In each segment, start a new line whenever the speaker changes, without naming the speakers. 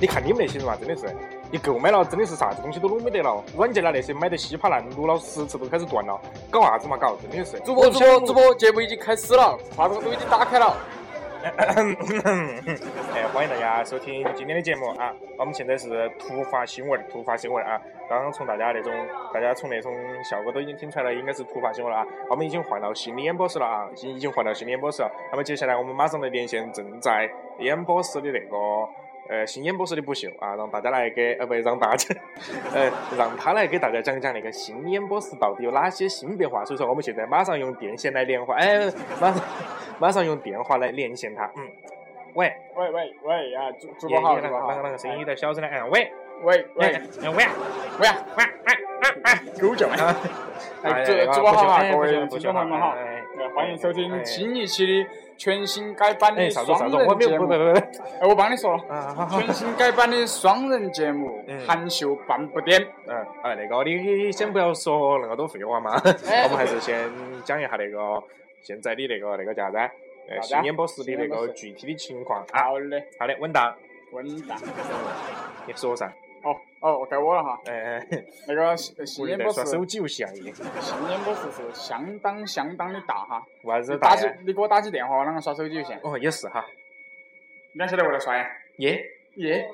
你看你们那些人啊，真的是，你购买了真的是啥子东西都拢没得了，软件啊那些买得稀扒烂，撸了十次都开始断了，搞啥子嘛搞，真的是。
主播
我
主
想
播主播，节目已经开始了，话筒都已经打开了。
哎，欢迎大家收听今天的节目啊！我们现在是突发新闻，突发新闻啊！刚刚从大家那种，大家从那种效果都已经听出来了，应该是突发新闻了啊！我们已经换到新的演播室了啊，已经已经换到新的演播室了。那么接下来我们马上来连线正在演播室的那个呃新演播室的不秀啊，让大家来给呃不让大家呃让他来给大家讲讲那个新演播室到底有哪些新变化。所以说我们现在马上用电线来连话，哎，马上 马上用电话来连线他，嗯。喂，
喂喂喂啊，主主
主
播好，
那
主
个
播
那个那
好。
个声音有点小声了，哎，喂，
喂
哎
喂
哎喂喂
喂，
喂喂哎，
狗叫！
哎
哎，
哎
主
哎
主播好啊，
哎
各
不
位
行不
听
行
众朋友们好
哎哎，
呃欢迎收听
哎
新一期的全新改版
哎，
的
啥子啥
双
子，我
人
没有，
节
不
目
不。不不，
哎，我帮你 说了。
啊，好好，
全新改版的双人节目
嗯
《含羞半步癫》，
嗯，哎，那个你先不要说那么多废话嘛，
哎
我们还是先讲一下那个现在的那个那个叫啥子？呃，新演播室的那个具体的情况啊，
好嘞，
好的，稳当，
稳当。
你说噻，
哦哦，该我了哈。
哎，
那个呃新
我
新
有
年
点
博士
耍，手机游戏啊，你，
新年博士是相当相当的大哈。
为啥子
你
打
打起，你给我打起电话，我啷个耍手机游戏？
哦，也是哈，
你晓得我在耍呀？
耶。
耶，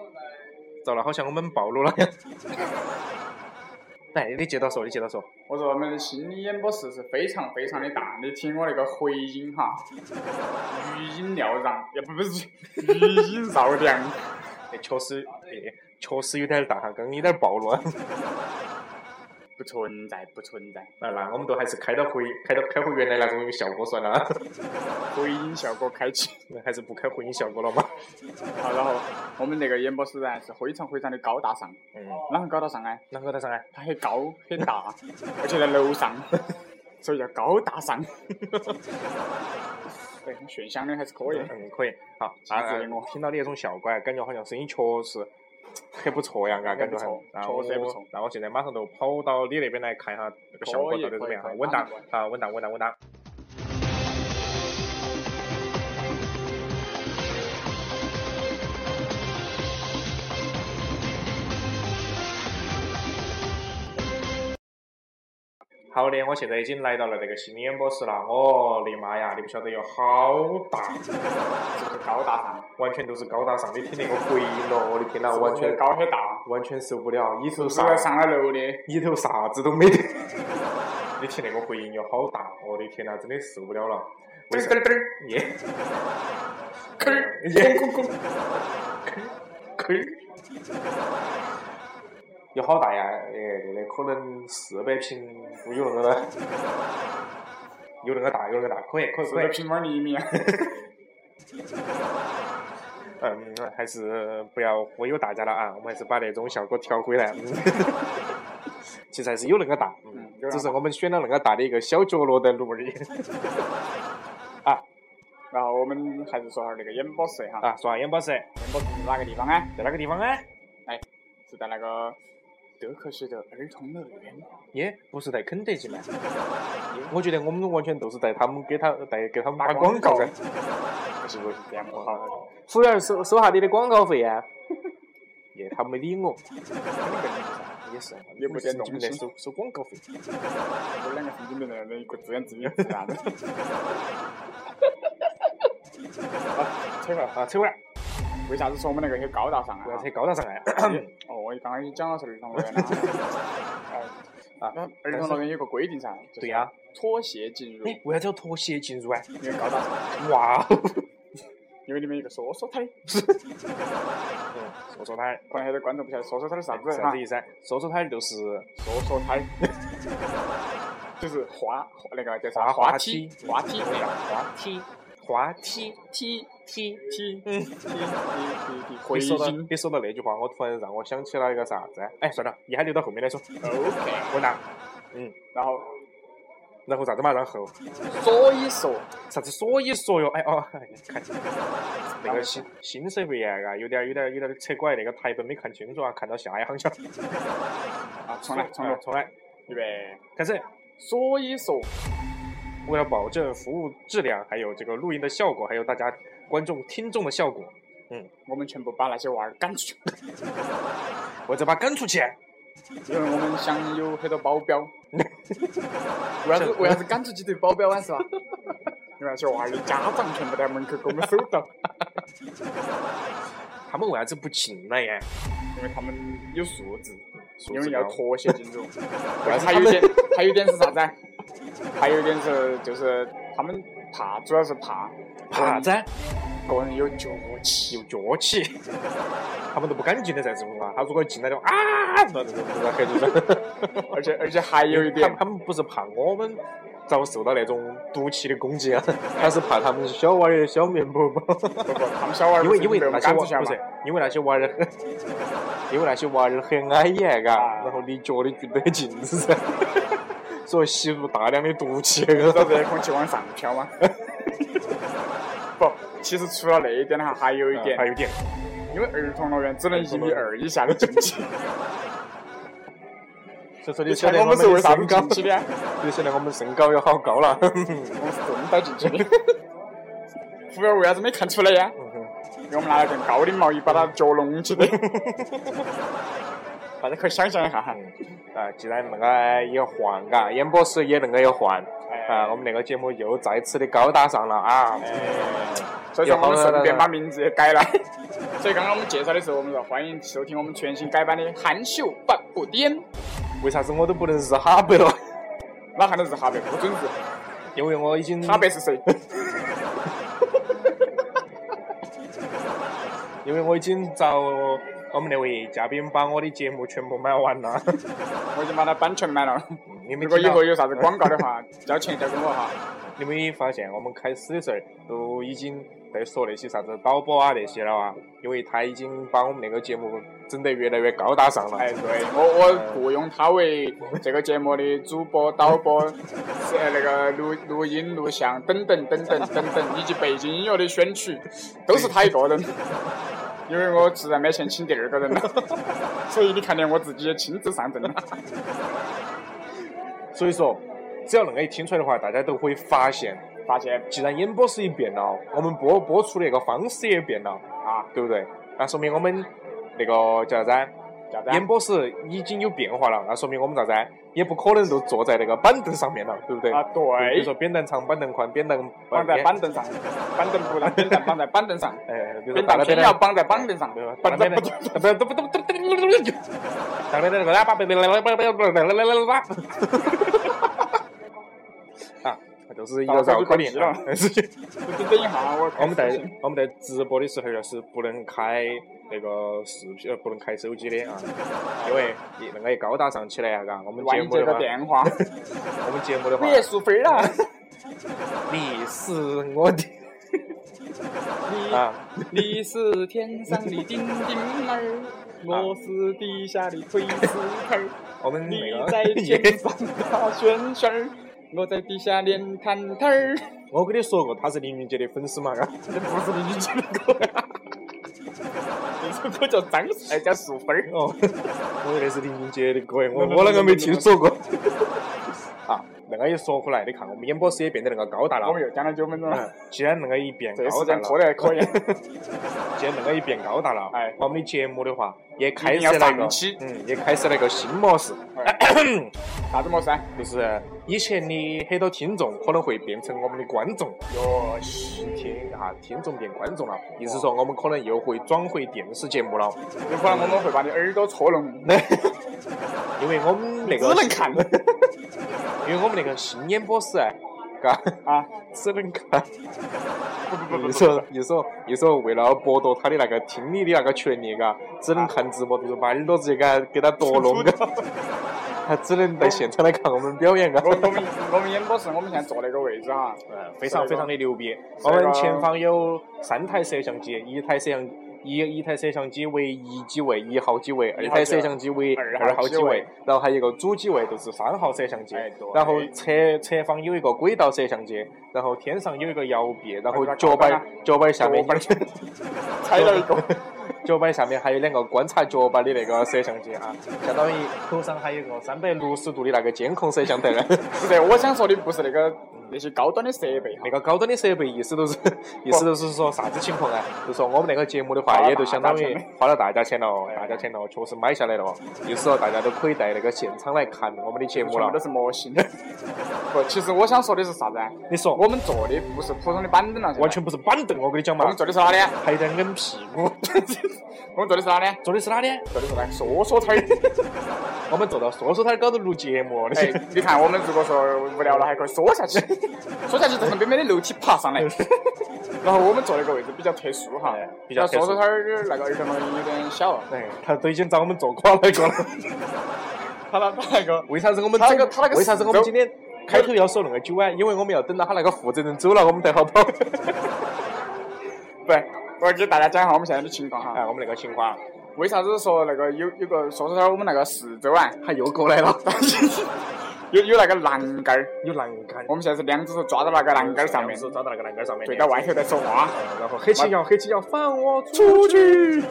糟了，好像我们暴露了。 来，你接着说，你接着说。
我说我们的新演播室是非常非常的大，你听我那个回音哈，余音缭绕，也不不是余音绕梁。
哎确实，哎确实有点大哈，刚刚有点暴 露。啊
不存在，不存在，
那那我们都还是开到回，开到开回原来那种效果算了，啊
回音效果开启。
还是不开回音效果了嘛。
好，然后我们那个演播室呢是非常非常的高大上，
嗯，
啷个高大上呢？
啷个搭上啊？
它很高很大，而且在楼上，所以叫高大上。对，炫香的还是可以的。
嗯，可以。好，
其
啊，
实
呃
我
听到你那种效果啊，感觉好像声音确实很不错呀，啊，
很
感
不
觉
错
很。啊我
确实很不错
那我现在马上就跑到你那边来看一下这个效果
可以
到底怎么样哈
可以可，以
稳当
马上过
啊，稳当，稳当，稳当。好的，我现在已经来到了那个新的演播室了。我的妈呀，你不晓得有好大，
就是高大上，
完全都是高大上。你听那个回音咯，我的天呐，完 全
高很大，
完全受不了，里头
是不
啥
是上了楼的？
里头啥子都没得。 你听那个回音有好大，我的天呐，真的受不了了。为 啥？
噔
耶
噔，
耶，可以。有好大呀？哎，那个可能四百平都有那个了， 有那个大，有那个大，可以，可以，
四
可以
个。平方厘米，
嗯，还是不要忽悠大家了啊！我们还是把那种效果调回来。 嗯其实还是有那个大，嗯
嗯有那个，大
只是我们选了那个大的一个小角落在录而已。
然后我们还是说下那个演播室哈，
啊，说下演播室
演播室是哪个地方啊？
在哪个地方啊？
是在那个德克士的儿童乐园。
耶，不是在肯德基吗？我觉得我们完全都是在他们给他在给他们打广告噻。
不是不是，这样不好，
服务员收收下你的广告费呀、耶，他没理我，也是，
也不见
我们
中
在
心
收收广告费。
我两个神经病在那里自言自语是啥子？
扯完啊，扯完，
为啥子说我们那个很高大上
不要
啊
扯？高大上来。
哦，我刚刚已经讲了是儿童乐 园了。
啊
啊，那儿童乐园有个规定噻，就是
对呀、
拖鞋进入
哎，为啥子要拖鞋进入啊？
因为高大上，
哇哦！
因为里面有个说说胎，
嗯，说说他
可能很多观众不晓得说说胎是啥子
啥
哈
子？意思啊？说说他就是
说说胎， 就是滑滑那个叫
滑
啥
滑
滑梯
梯
滑梯那个
滑梯，滑梯
梯
梯。
梯
嗯
梯梯梯梯
你
回
说到
音
你说到那句话，我突然让我想起了一个啥子啊？哎，算了，一还留到后面来说。
，OK。嗯
我拿，
然后
然后啥子嘛？然后
所以说，
啥子？所以说哟，哎哦，哎看那个新新社会啊，啊有点有点有点扯拐，那个台本没看清楚啊，看到下一行去了。
啊，重来重
啊
来，
重来，
预备。
开始。
所以说，
为了保证服务质量，还有这个录音的效果，还有大家观众听众的效果，嗯，
我们全部把那些娃儿赶出去，
或者把赶出去。
因为我们乡有很多保镖。 为啥子为啥子赶出去对保镖啊是吧？因为那些娃儿的家长全部在门口给我们守着，
他们为啥子不进来呀？
因为他们有素质，
素
因
质
为要
高
和谐进 入。然后还有一点，还有一点是啥子啊？还有一点是就是他们怕，主要是怕
怕啥子？
个人有脚气
有。脚气，他们都不敢进来在这屋啊。他如果进来了啊，那那那黑人，
而且而且还有
他
一
们
点，
他们不是怕我们遭受到那种毒气的攻击啊，他是怕他们小娃儿小面包包。
不不，他们小娃儿
因
不
为
是
因为
被
那
我们
些
赶
娃
出去了
不
嘛
是，因为那些娃儿很，因为那些娃儿很安逸，嘎，
啊
然后离脚的距得近子噻，所以吸入大量的毒气，
知道这些空气往上飘吗？不，其实除了那一点的话，还有一点
嗯还，有点，
因为儿童乐园只能一米二以 下的进去，
所以说
你
你
猜
晓
我
得
们是为
的
啥子
身高
进，去 的啊？
你晓得我们身高有好高了。
我们是这么倒进去 的。服务员为啥子没看出来呀？因为我们拿了更高的毛衣把他脚弄起的。大家可以想象一下哈，
啊，既然那个也换，嘎，演播室也恁个也换，
哎
啊，我们那个节目又再次的高大上了啊！
所以说我们顺便把名字也改了。所以刚刚我们介绍的时候，我们说欢迎收听我们全新改版的《含羞半步癫》，
为啥子我都不能日哈 白了？
哪喊的是哈白？不准是
因为我已经
哈白是谁？
因为我已经遭我们那位嘉宾把我的节目全部买完 了，
我已经把它版权买了。
你们
如果以
听到
后有啥子广告的话，交钱交给我哈。
你们也发现我们开始的时候都已经在说那些啥子导播啊那些了啊，因为他已经把我们那个节目整得越来越高大上了。
哎，对，我我雇佣他为这个节目的主播、导播，是呃那个录录音、录像等等等等等等，以及背景音乐的选取，都是他一个人。因为我实在没钱请第二个人了，所以你看见我自己也亲自上阵了。
所以说，只要恁个一听出来的话，大家都会发现，
发现
既然演播室也变了，我们播播出的那个方式也变了，
啊，
对不对？那说明我们那个叫啥子啊？
叫啥子
演
啊？
播室已经有变化了，那说明我们啥子啊？也不可能都坐在那个板凳上面了，对不对？
啊，
比如
对，
说扁担长、板凳宽、扁担
绑在板凳上，板凳不让扁担绑在板凳上，
哎，比如说
扁
大
担
了扁
偏要
担，
绑在板凳上
对吧，？
不
大了
不
扁
不
担，不不不不不不不不，大了扁担，来吧，别别来来来来来来来来，啊，就是一个绕口令。
不，等等一下啊，我
我们在
开始
我们在直播的时候是不能开那个视频，呃，不能开手机的啊，因为那个一高大上起来啊，嘎，我们节
万一
目
接
的
个
话，
电话，
我们节目的话
你，也淑芬儿啊。
你是我的啊。
你是天上的丁丁儿，我是地下的推石头儿，
我们
你
那个
在 天上打旋旋儿，我在地下练探探儿。
我跟你说过，他是林俊杰的粉丝嘛，嘎
这不是你这个，这首歌叫张，哎叫淑芬儿。
哦， 我以为是林俊杰的歌， 我我啷个没听说过？ 啊，那个一说回来，你看我们演播室也变得那个高大了
我。们又讲了九分
嗯
钟了，，
既然那个一变
这
高
时
大
间拖
了，
得还可以。
既然那个一变高大了，
哎
我们的节目的话也开
一定
始
要
那个
放弃，
嗯，也开始那个新模式，
啥子模式啊？
就是以前的很多听众可能会变成我们的观众，
哟西，
听啊，听众变观众了，
哦
意思说我们可能又会转回电视节目了，
有可能我们会把你耳朵戳聋，
因为我们那
只
个
能看
因为我们那个新演播室啊， 嘎，
啊！
只能看。
不不不不
一
不，
说一说一说，为了剥夺他的那个听力的那个权利，嘎，只能看直播，就是把耳朵直接给他给他夺弄，
啊
嘎， 他只能在现场来看我们表演，嘎
我。我们 我们演播室，我们现在坐那个位置哈。
嗯，非常
是
非
那个
常的牛逼。
是
我
那个
们前方有三台摄像机，一台摄像一一台摄像机为一机位、一号机位，二
一号机位
台摄像机为
二号
二号
机
机位
位，
然后还有一个主机位，就是三号摄像机
哎对。
然后侧侧方有一个轨道摄像机，然后天上有一个摇臂，然后
哎对
脚
搞
板
不
脚板下面有
脚板踩了一个，
脚板下面还有两个观察脚板的那个摄像机啊，相当于头上还有个三百六十度的那个监控摄像头啊呢。
不是，我想说的不是那个那些高端的设备哈
那，个高端的设备，意思都是 意思都是说啥子情况啊？就说我们那个节目的话，也就相当于
哦
花了大家钱了，大家钱了，确实买下来了，意思说大家都可以在那个现场来看我们的节
全
目
部
了
都。是模型。 不，其实我想说的是啥子啊？
你说
我们坐的不是普通的板凳了，啊现在
完全不是板凳，我跟你讲
我
嘛
们，坐的是哪里啊？
还在摁屁股，
我们坐的是哪里啊？
坐的是哪里？
坐的是那个说说摊儿。
我们坐到说说摊儿高头录节目，哦你
哎，你看，我们如果说无聊了，还可以缩下去，缩下去再从边边的楼梯爬 上来。然后我们坐那个位置比较特殊哈
哎，比较特殊
然后说说它儿那个儿童轮椅有点小，
哎，他都已经找我们坐垮了一个了。
他那他那个
为啥子我们
他那个
整
他那个
为啥子我
四
们
周
今天开头要说那个久啊？因为我们要等到他那个负责人走了，我们才好跑。
不，我给大家讲一下我们现在的情况哈。
哎，我们那个情况
为啥子说那个有有个说说它儿我们那个四周啊，
他又过来 了，
有有那个栏杆儿，
有栏杆
我。们现在是两只手抓到那个栏杆儿上面，
手抓到那个栏杆上面，
对到外头在说话。
然后黑起要黑起要放我出去。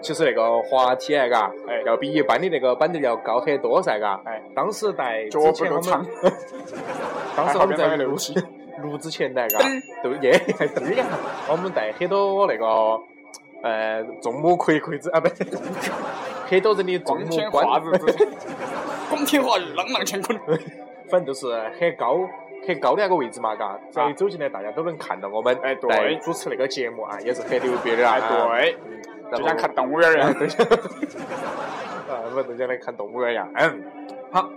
其实那个滑梯哎，嘎，
哎
要比一般的那个板凳要高很多噻，嘎。
哎，
当时在
脚
之
不
前我
够长
们，， 当时我们
还
在
好没买
录
楼梯
录之前来，嘎，对 耶，还对呀。我们带很多那个呃众目睽睽之啊，不， 很多人的众
光
目
天化
观
日之下， 光天化日，朗朗乾坤。
反正就是很高很高的那个位置嘛，嘎，只要一走进来，大家都能看到我们
啊哎对
在主持那个节目啊，也是很牛逼的啊，
哎， 对，
嗯，
就
就
像
像
看
看
动物园儿一样。
啊，我们就像来看动物园一样，嗯，好，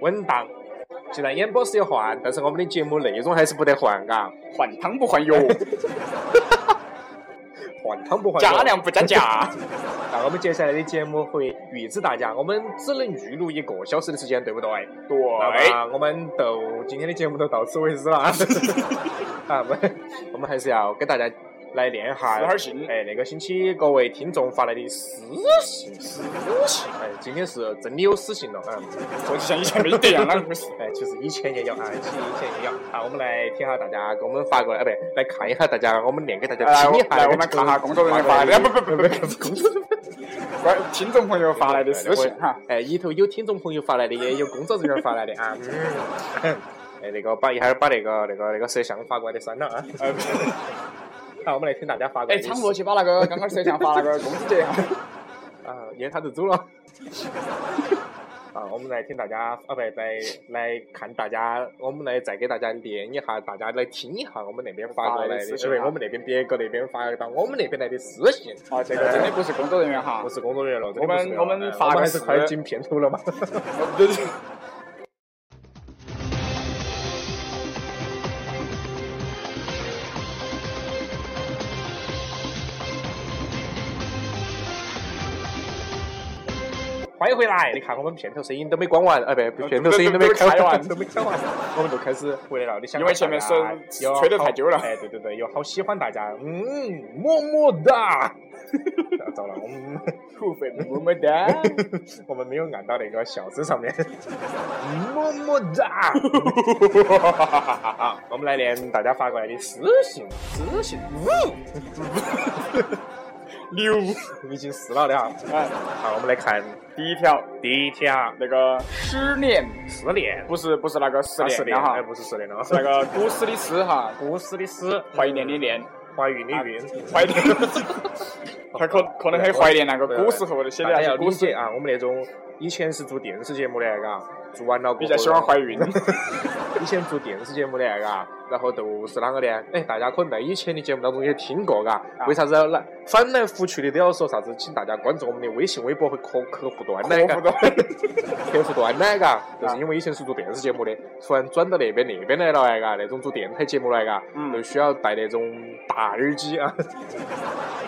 稳当。既然演播室要换，但是我们的节目内容还是不得换，嘎，
换汤 不换药，
换汤不换药
加量不加价。
那我们接下来的节目会预知大家，我们只能预录一个小时的时间，对不对？
对，
那么我们到今天的节目就到此为止了。啊，我我们还是要给大家来念一
试
下
哈儿信，
哎，那个星期各位听众发来的私信，私信，哎，今天是真的有私信了，嗯，
说就像以前没得一 样那回事。
哎，其实以前也有啊，其实以前也有啊，我们来听下大家给我们发过来，哎，不，来看一下大家，我们念给大家
来，
听
我
一下，
来，我们看下工作人员发来的，不不不不不，
不，工作人员
关听众朋友发来的私信哈。
哎，里头有听众朋友发来的，也有工作人员发来的啊，嗯， 哎，那个把一会儿把那个那个那个摄像发过来的删了啊，
呃
好，我们来听大家发过来
哎，
的私
昌博去把那个刚刚摄像发那个工资结哈。
啊，因为他就走了。 啊，我们来听大家啊，不，来来看大家，我们来再给大家念一下，大家来听一下我们那边发过来
发来的
的，
私
对不
信
对？
啊
我们那边别个那边发到我们那边来的私信，
啊，这个真的不是工作人员哈
不。是工作人员了，真的
我们
不是了
我们
哎
发
我
个
们还是
私
快进片头了嘛。欢迎回来！你看我们片头声音都没关完，哎，不对，片头声音都没开完，
都
都没开完，我们就开始回来了。你想，
因为前面是
有
吹得太久了
好哎，对对对，有好喜欢大家，嗯，么么哒。糟了，我们
土匪么么哒。
我们没有按到那个小字上面，嗯么么 哒。好，我们来念大家发过来的私信，私信
嗯六，
五已经撕了的哈。啊
哎，
好，我们来看
第一条
第一条，
那个失恋，
失恋，
不是不是那个失
啊
恋的哈
哎，，不是失恋了，
是那个古诗的诗哈，
古诗的诗，
怀念的恋。
怀孕的孕。
怀念，他可可能很怀念那个古时候的写的
大
那
家要
些古
理
诗，
解啊，我们那种以前是做电视节目的，嘎，做完了过后
比较喜欢怀孕。
以前做电视节目的，嘎，然后都是啷个的？哎，大家可能在以前的节目当中也听过，嘎
啊，
为啥子要来翻来覆去的都要说啥子？请大家关注我们的微信、微博和客客户端来，
客户
嘎，客户端来，嘎，啊就是因为以前是做电视节目的，突然转到那边那边来了，哎，嘎，那种做电台节目来，嘎，
嗯
就需要戴那种大耳机 啊，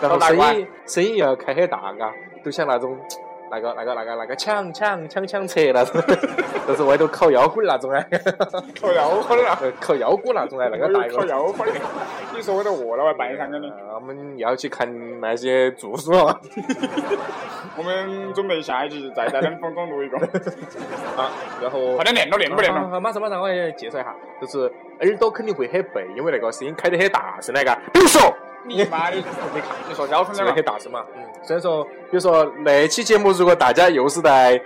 然
好
后
大
声
关
音声音要开很大，嘎，就像那种。那个、那个、那个、那个抢抢抢抢车那种， 就是外头烤腰鼓那种哎。
烤腰花了，
呃，烤腰鼓那种哎，那个大
啊我
一
有烤
个。
腰花的。你说我都饿了，我还半夜三更的。
呃我们要去看那些住宿了。
我们准备下一集再在冷风中录一个，
啊，然后
快点练了，练不练
好
了？
好好马上马上，我也介绍一下，就是耳朵肯定会很背，因为那个声音开得很大声那个。比如说，
你妈的！你说标准
这个
点嘛
可以。大声嘛。嗯，所以说，比如说那期节目，如果大家又是在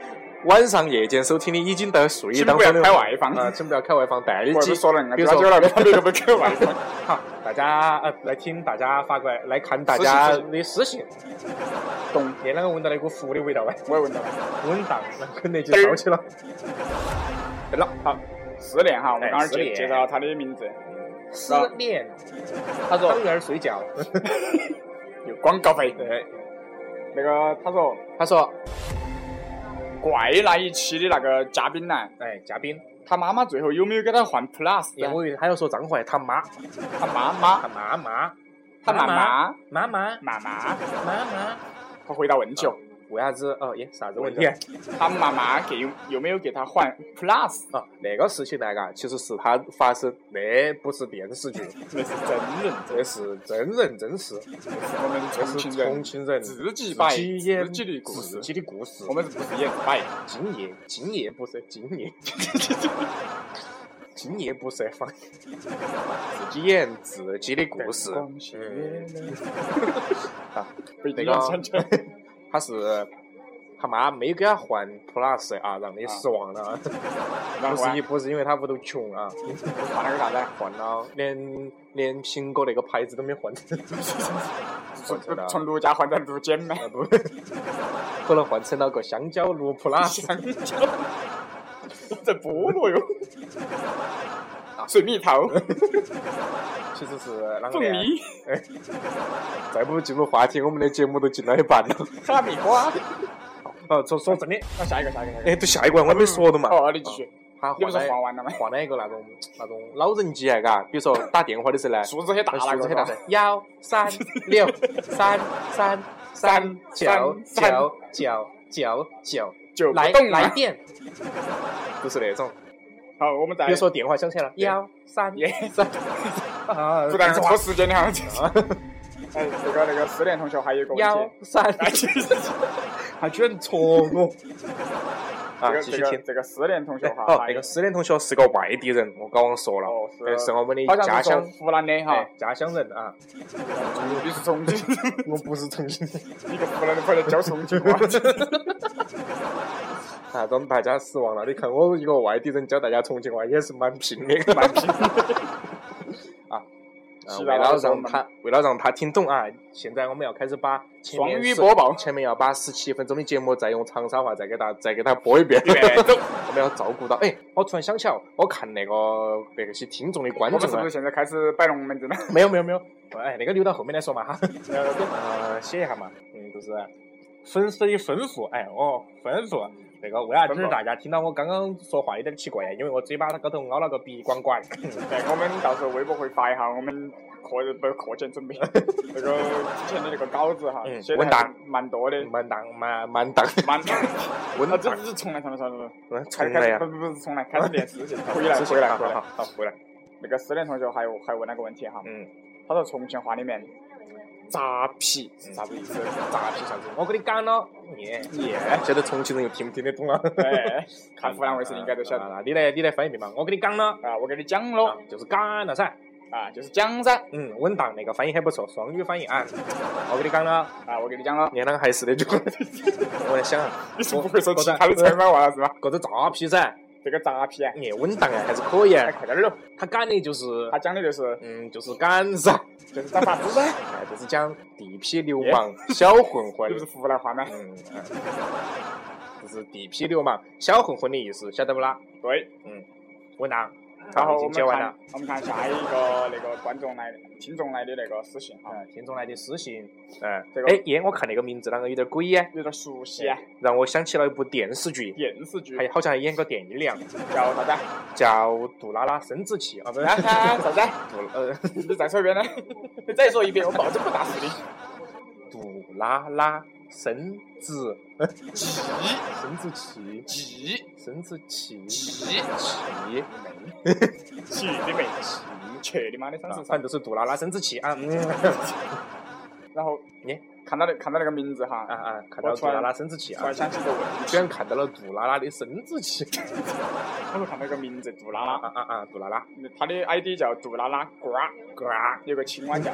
晚上夜间收听的，已经到睡意
请
当
不要
中的
开
话，
外放，
啊，请不要开外放，戴耳
我
机
是。说了，那
比
个
如说
抓了，别个不开外放。
好，大家呃来听大家发过来，来看大家的私信。
懂，
你啷个闻到那股腐的味道哎？
我也闻到了。
稳当，那肯定就烧起了。
对了，好，失恋哈，我们
哎
刚刚
失
介
恋
介绍了他的名字，
失恋，
他说
当儿睡觉。
有广告费。
对，
那个他说
哎他说，
怪那一期的那个嘉宾呢，
哎，嘉宾，
他妈妈最后有没有给他换 Plus？
因
呢
为他要说脏话，他妈，
他妈
他
妈，
妈妈，
他
妈
妈妈，
妈妈，
妈妈，
妈妈，
他回答问题哦，
为啥子？哦，耶，啥子问题？
他妈妈给有有没有给他换 Plus？
啊，那个事情呢，嘎，其实是他发生，那不是电视剧，
那是真人，
这是真人真事，
我们
这
重
是
庆
重
人
庆人
自己摆
己演
自己的故事
自，己的故事。
我们是不是也摆？
今夜，今夜不设今 夜，今夜不设防，自己演自己的故事。嗯
光线
啊，
被
那个
那个
他是他妈没给他换 Plus 啊，让你失望了。
然
不
后
是
啊
一不是因为他屋头穷啊，
换了个啥子啊？
换了连连苹果那个牌子都没换。
从
换成了
从卢家换到卢坚 吗？
啊不，可能换成了个香蕉卢普拉 斯。
香蕉， 这菠萝哟，水蜜桃，
其实是啷个
凤
呢？
梨，
再不进入话题，我们的节目都进到一半了。
哈密瓜。
哦，说说真的，
那下一个，下一个，下一个。
哎，都下一关我还没说的嘛。
哦，你继续。
他
你
换
不是
了
换完了吗？
换了一个那种那种老人机哎，嘎，比如说打电话的时候呢，
数字很大，那
数
个
字很
是吧
大，幺三六三三三九九九九九，
就不
来
动
来
了。
电，就是那 种。
好，我们再
比如说电话响起来了，
对
幺三
耶
三啊，
不然
电
拖
话
时 间的哈。哎，这个那个失恋同学还有一个问
幺
题，
三，
哎 这个
他居然戳我啊！继
这
续
个
听。
这个失恋同学哈，
哦，
还
那
有
个失恋同学是个外地人，我刚刚说了
哦，是
呃是我们的
好像
家
是从
乡
湖南的哈
哎，家乡人啊，
你是重庆，
我不是重庆人。
一个湖南的跑来教重庆 话。
啊，让大家失望了。你看我一个外地人教大家重庆话也是蛮拼的，蛮拼的。 啊，呃
是
为
吧
了
我说我
让
们
他为了让他听懂啊，现在我们要开始把前面
双语
是
播报
前面要把十七分钟的节目再用长沙话再给他再给他播一遍。我们要照顾到。哎，我突然想起来，我看那个那些听众的观
我
众
们是不
啊
是，现在开始摆龙门 阵了？
没有没有没有，哎，那个留到后面来说嘛哈。呃，写一下嘛，嗯，就是粉丝的吩咐，哎，哦，吩咐。那个为啥子
吩咐
大家听到我刚刚说话有点奇怪？啊因为我嘴巴高头凹了个鼻管管。
对，我们到时候微博会发一下我们课不是课件准备，那个之前的那个稿子哈，
嗯
写
文
的
档
蛮多的，
蛮当蛮蛮当，
蛮。啊，
稳
这
当
不，是重来，重来，重来，
重
开
来
始
呀
不！不不是重来，开始练事情，回来回来
好
回
好
来。
好，回来。
那个失恋同学还有还问了个问题哈，
嗯，
他说重庆话里面“扎皮”是啥子哎意思？
咋皮啥子？嗯我跟你讲了，耶耶！现在重庆人又听不听得懂了？
哎，看湖南卫视应该都晓得
啊。你来，你来翻译一遍嘛。我跟你讲了，
啊。我给你讲
啊
了
就是干了噻。
啊，就是讲噻
嗯，稳当，那个翻译还不错，双语翻译啊。我跟你讲了，
啊，我给你讲了。
你啷个还是那句话？我在想啊，
你是不会说其他的城邦话了是吧？
各种诈皮噻，
这个扎皮啊，
哎，稳当哎，还是可以。
哎，快点儿喽！
他赶的就是，
他讲的就是
嗯，就是赶噻，
就是长啥子噻？
哎，就是讲地痞流氓、小混混
这不，是湖南话吗？
嗯，哎就是地痞流氓、小混混的意思，晓得不啦？嗯
对，
稳当，
然后
已
我
经
们
解完了
看。我们看下一个那个观众来的听众来的那个私信啊，
嗯，听众来的私信，嗯
这，个
哎耶，我看那个名字啷个有点鬼耶，
有点熟悉啊，
让我想起了一部电视剧，
电视剧
还好像还演过电影一样，
叫啥子啊？
叫《杜拉拉升职记》啊， 不是
啊哈啥子啊？
杜呃
你再说一遍呢？你再说一遍，我保证不打死你。
杜拉拉升职
鸡
升职记
鸡
生殖器器
鸡，
气
去你妹！去你妈的三
啊反
十
正
三！
都是杜拉拉生殖器啊。嗯，
然后
耶，
看到那看到那个名字
啊
哈，
啊，看到杜拉拉生殖器
突
啊
然，想起个问题，
居然看到了杜拉拉的生殖器，
我们看到一个名字杜拉
啊
拉，
啊啊啊，杜拉拉，
他的 ID 叫杜拉拉呱，
呱，
有个青蛙 叫，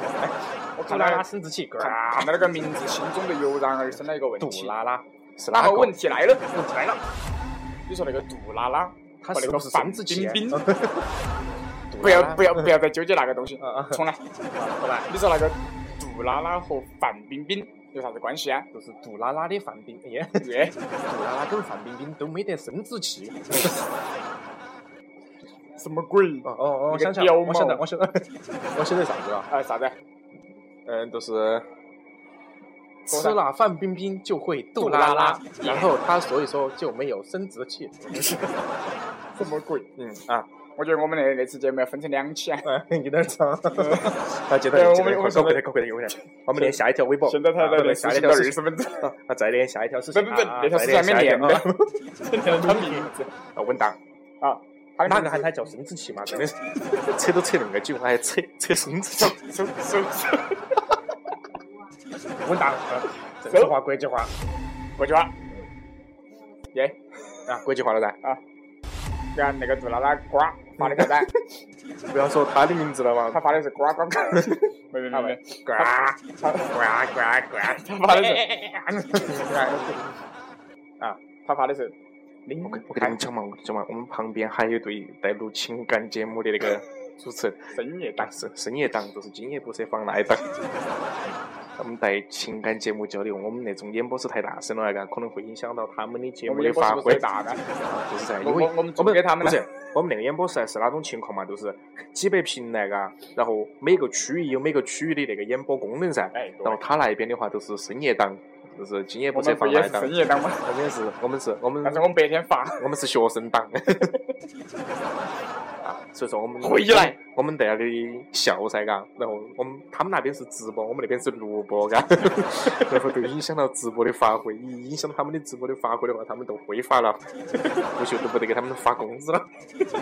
我
杜
看到
拉拉
看
生殖器，呱，
看到那个名字，心中的油然而生了一个问
杜
题，
拉拉是
然
哪
后
个？
问题来了，
问题来了，
你说那个杜拉拉
他
和那
是
个
不是生
范
殖器
冰
啊？
冰，
不
不要不要不要再纠结那个东西
啊啊啊，
重来，
不来，
你说那个杜拉拉和范冰冰有啥子关系啊？
就是杜拉拉的范冰冰，
耶，
杜拉拉跟范冰冰都没得生殖器。
什么鬼？
哦哦，
那
我
个
想起来，
貂
我想到，
毛
我想 到，我想到啥子了？
呃，啥子？
嗯，就是
多
吃
大
了范冰冰就会杜拉拉，然后他所以说就没有生殖器。
什么鬼？
嗯啊，
我觉得我们那那次节目要分成两期啊。
嗯，有点 长。啊，接着
对我们
接着，快
我们
快点，快快点，快点！我们连下一条微博，
现在才
啊
在
我们
四
下
十
一
到
条
二
事
十
情
分钟，
啊，再连下一条事
不
情。
不不
啊，啊
那条
再
是还
连
没
下一条
念的
啊，
他名字
啊，稳当。
啊，他
哪个喊他叫生殖器嘛？真的是扯都扯那么久，还扯扯生殖器，
手手手
稳当。啊政治化、国际化
过去了，耶，
啊，国际化了噻。
然后那个杜拉拉呱发了个 单，
不要说他的名字了嘛。
他发的是呱呱呱，
哎
没没没没，
呱
他
呱呱呱！
他发的是，
哎
啊，他发的是零
我跟我跟你们讲嘛，我跟你讲嘛，我们旁边还有一对在录情感节目的那个主持人，
深夜档
但，是深夜档就是今夜不设防那一档。他们在情感节目交流，我们那种演播室太大声了，嘎，可能会影响到他们的节
我
目
们
的
也不
发
是
挥
最。大的，
就是噻，
我
因为
我我们
我
租给他们
不
的
是我们那个演播室是哪种情况嘛？就是几百平那个，啊然后每个区域有每个区域的那个演播功能噻。
哎，
然后他那边的话都是深夜档，就是今夜
我
不设
们不
防
也
那
是
一档
深。夜档吗？
我们也是，我们是，我们
但是我们白 天发，
我们是学生 党。啊，所以说我们
回来，
我们在那里笑噻，嘎。然后我们他们那边是直播，我们那边是录播，嘎。 然后就影响到直播的发挥，一影响到他们的直播的发挥的话，他们都挥发了， 不就都不得给他们发工资了。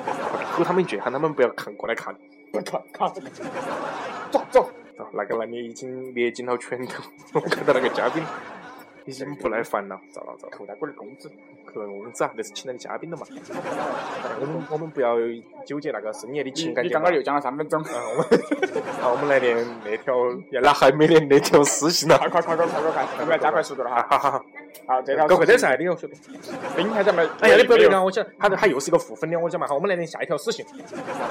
吼他们一句，喊他们不要看过来看。
不靠靠，走走，
然啊后那个男的已经捏紧了拳头， 我看到那个嘉宾已经不耐烦了，糟了糟了。
扣他龟儿工资，
可能我们这那是请来的嘉宾了嘛。哎我们我们不要纠结那个深夜的
你
情感
你
节
刚
目
刚又讲了三分钟，
啊，我们啊，我们来念那条，原来还没念那条私信呢。啊
快快快快快快快，
嗯
我们要加快速度了
哈
哈！
哈哈！
好，这条
搞快点噻，你要说。
冰还在没？
哎呀，你不要
没
别
有
讲，我讲，他他又是一个负分的，我讲嘛。好，我们来念下一条私信。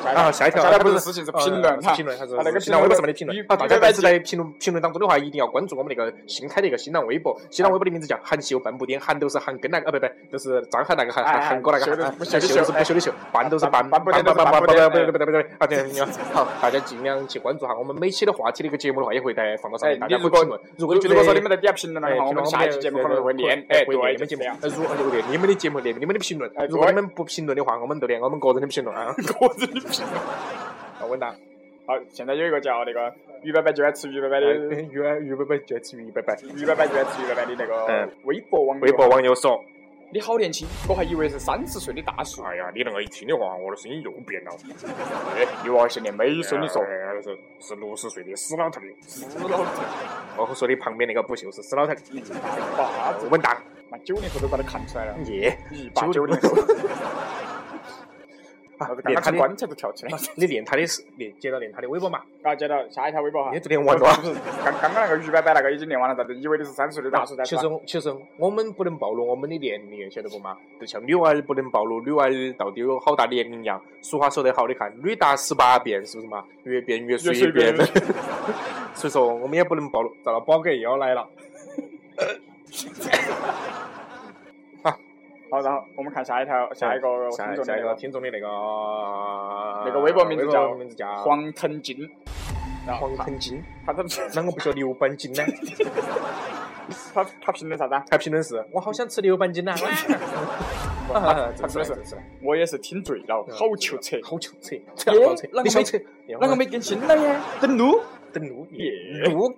啊
啊，，下一条，
下条
他呃
不是私信是评论，
评论，他是
他那个
新浪微博上面的评
你
论。好，啊大
你
家
在
但是在评论评论当中的话，一定要关注我们那个新开的一个新浪微博，新浪微博的名字叫“韩秀半步癫”，韩都是韩庚那个，啊，不不，就是张翰那个韩，
哎哎
韩韩国那
秀
个
的
韩，
不秀
秀
的秀哎
是不秀的秀，半都是半半
半步
半半
癫都
半
是半
半
步
半
癫
半不对不对不对，啊对，你好，大家尽量去关注哈，我们每期的话题的一个节目的话，也会在放到上面，
哎
啊大家
你
可以
如果
评论。如果觉
如果说你
得
们在底下评论的
哎，
话，我们下一期节目可能会念。哎，
哎，对，
对，
你
就
们
这
节目
样。，
哎如果就念你们的节目，念你们的评论
哎。
如果
对
你们不评论的话，我们就念我们个人的评论 啊。
个人的评论。
啊稳当。
好，现在有一个叫那个于伯伯就爱吃于伯
呃
伯的，
于于伯伯就吃于伯伯。
于伯伯就爱吃于伯伯的那个
嗯
微博网友。
微博，网友说
你好年轻，我还以为是三十岁的大：“叔。
哎呀，你那个一听的话，我的声音又变了。
又
啊
娃现在没说你说
哎呀是是六十岁的死老头儿。
死老头，
我说你旁边那个不就是死老头儿？
一八八，
稳当。
妈九零后都把他看出来了，
耶，
一八九零后，
啊
刚
连
刚
他
从
的，
棺材都跳起来。
你连他的是连接到连他的微博嘛？
啊，接到下一条微博哈
你。昨天完了。
刚刚刚那个于伯伯那个已经念完了，咋子？以为你是三十岁的大叔在
其
耍
实。其实我们不能暴露我们的年龄，晓得不嘛？就像女娃儿不能暴露女娃儿到底有好大年龄一样。俗话说得好，你看女大十八变，是不是嘛？越变越随便。
越
所以说，我们也不能暴露。咋了，宝哥又要来了？
好，然后我们看下一条，下一个
哎下
听
一
众的
下一
那
个
个
听众的那个
那个微博名字叫
名字叫黄
黄腾金，然后
黄
他
腾 金，
他他他
啷个不叫牛板筋呢？
他他评论啥子啊？
他评论是：我好想吃牛板 筋呐！啊，真
他评
是
论是
真是，
我也是听醉了，好求车，
好求扯，
耶
好扯
哎啷个，
你想
没
扯，啷
啷个没更新了耶？等撸
等路
耶
路狗？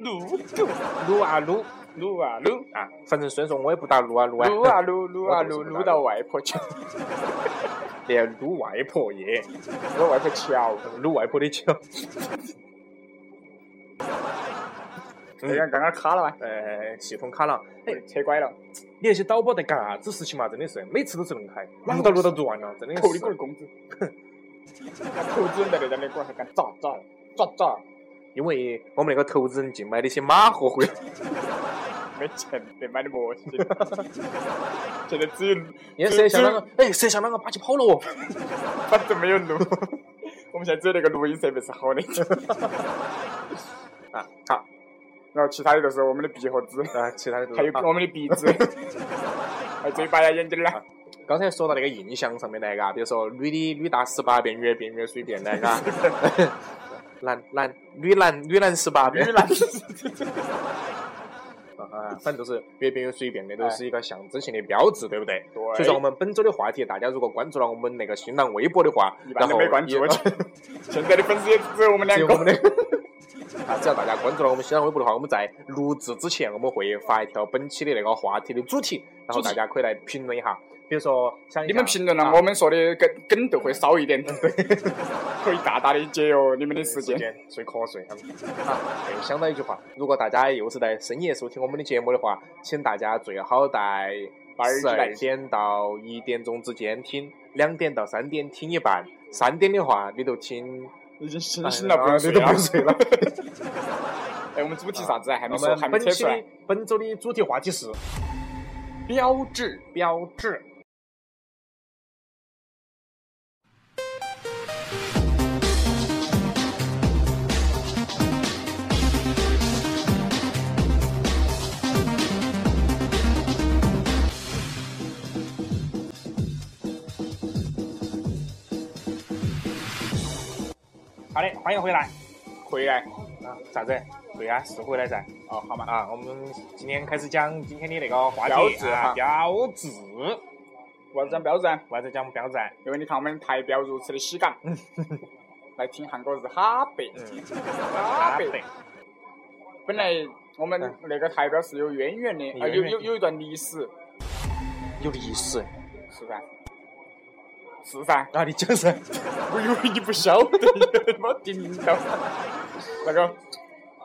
撸狗
撸啊撸
撸啊撸
啊！反正虽然说我也不打撸啊撸啊，
撸啊撸撸啊撸
我都是不打
撸到外婆桥，
连撸外婆耶，
撸到外婆桥。嗯
撸外婆的球。
有点嗯哎刚刚卡了吧？
呃，系统卡了。哎，
车拐了，
你那些导播在干啥子事情嘛？真的是，每次都是恁开，录到录到就完了，真的
扣你
是
龟。儿工资，他投资人在那边那龟儿还敢咋咋咋咋，
因为我们那个投资人净买那些马货 回来，
没钱没买的模型， 现在只有
也摄像那个，哎，摄像那个巴起跑了哦。
反正没有录。 我们现在只有那个录音设备是好 的，
啊，好，
然后其他的就是我们的鼻和子，
啊，其他的都
还
是
有
啊
我们的鼻子，还有嘴巴呀、眼睛啊啦。
刚才说到那个印象上面来，嘎，比如说女的女大十八变，越变越随便来，嘎。 男男女男女男十八变，
女男
啊 啊，反正都是越变越随便的，都是一个象征性的标志，对不对？
对
所以说我们本周的话题，大家如果关注了我们那个新浪微博的话，
一般
然
都
后
没关注
也 啊
我 现在的粉丝也只有我们两
只有
个
我。们的。 啊，只要大家关注了我们新浪微博的话，我们在录制之前，我们会发一条本期的那个话题的主题，然后大家可以来评论一下。比如说，想一
你
下
们评论了，
啊
我们说的梗梗都会少一点， 可以大大的节约你们的时
时
间。
间睡瞌睡。他们啊，又想到一句话，如果大家又是在深夜收听我们的节目的话，请大家最好在
12
十二点到一点钟之间听，两点到三点听一半，三点的话你就听，
已经醒醒了，不用睡
哎啊你都不
了
用。睡了。
哎，我们主题啥子啊？还没
我
说，
们
还没
本
扯
期
出来
的。本周的主题话题是
标志，
标志。好的，欢迎回来。
回来。
啊，啥子？对啊，是回来噻。
哦，好嘛。
啊，我们今天开始讲今天的那个话题
标志
啊，
哈
标志。
为啥子讲标志啊？
为啥子讲标志啊？
因为你看我们台标如此的喜感。来听韩国是哈贝，
嗯，
哈
啊
贝。
对，
本来我们
嗯
那个台标是有渊源的，
有
啊，
渊
有
源
有有一段历史，
有历史。
是噻。是噻。
啊，你讲噻。
我以为你不晓得， 没听到。那个，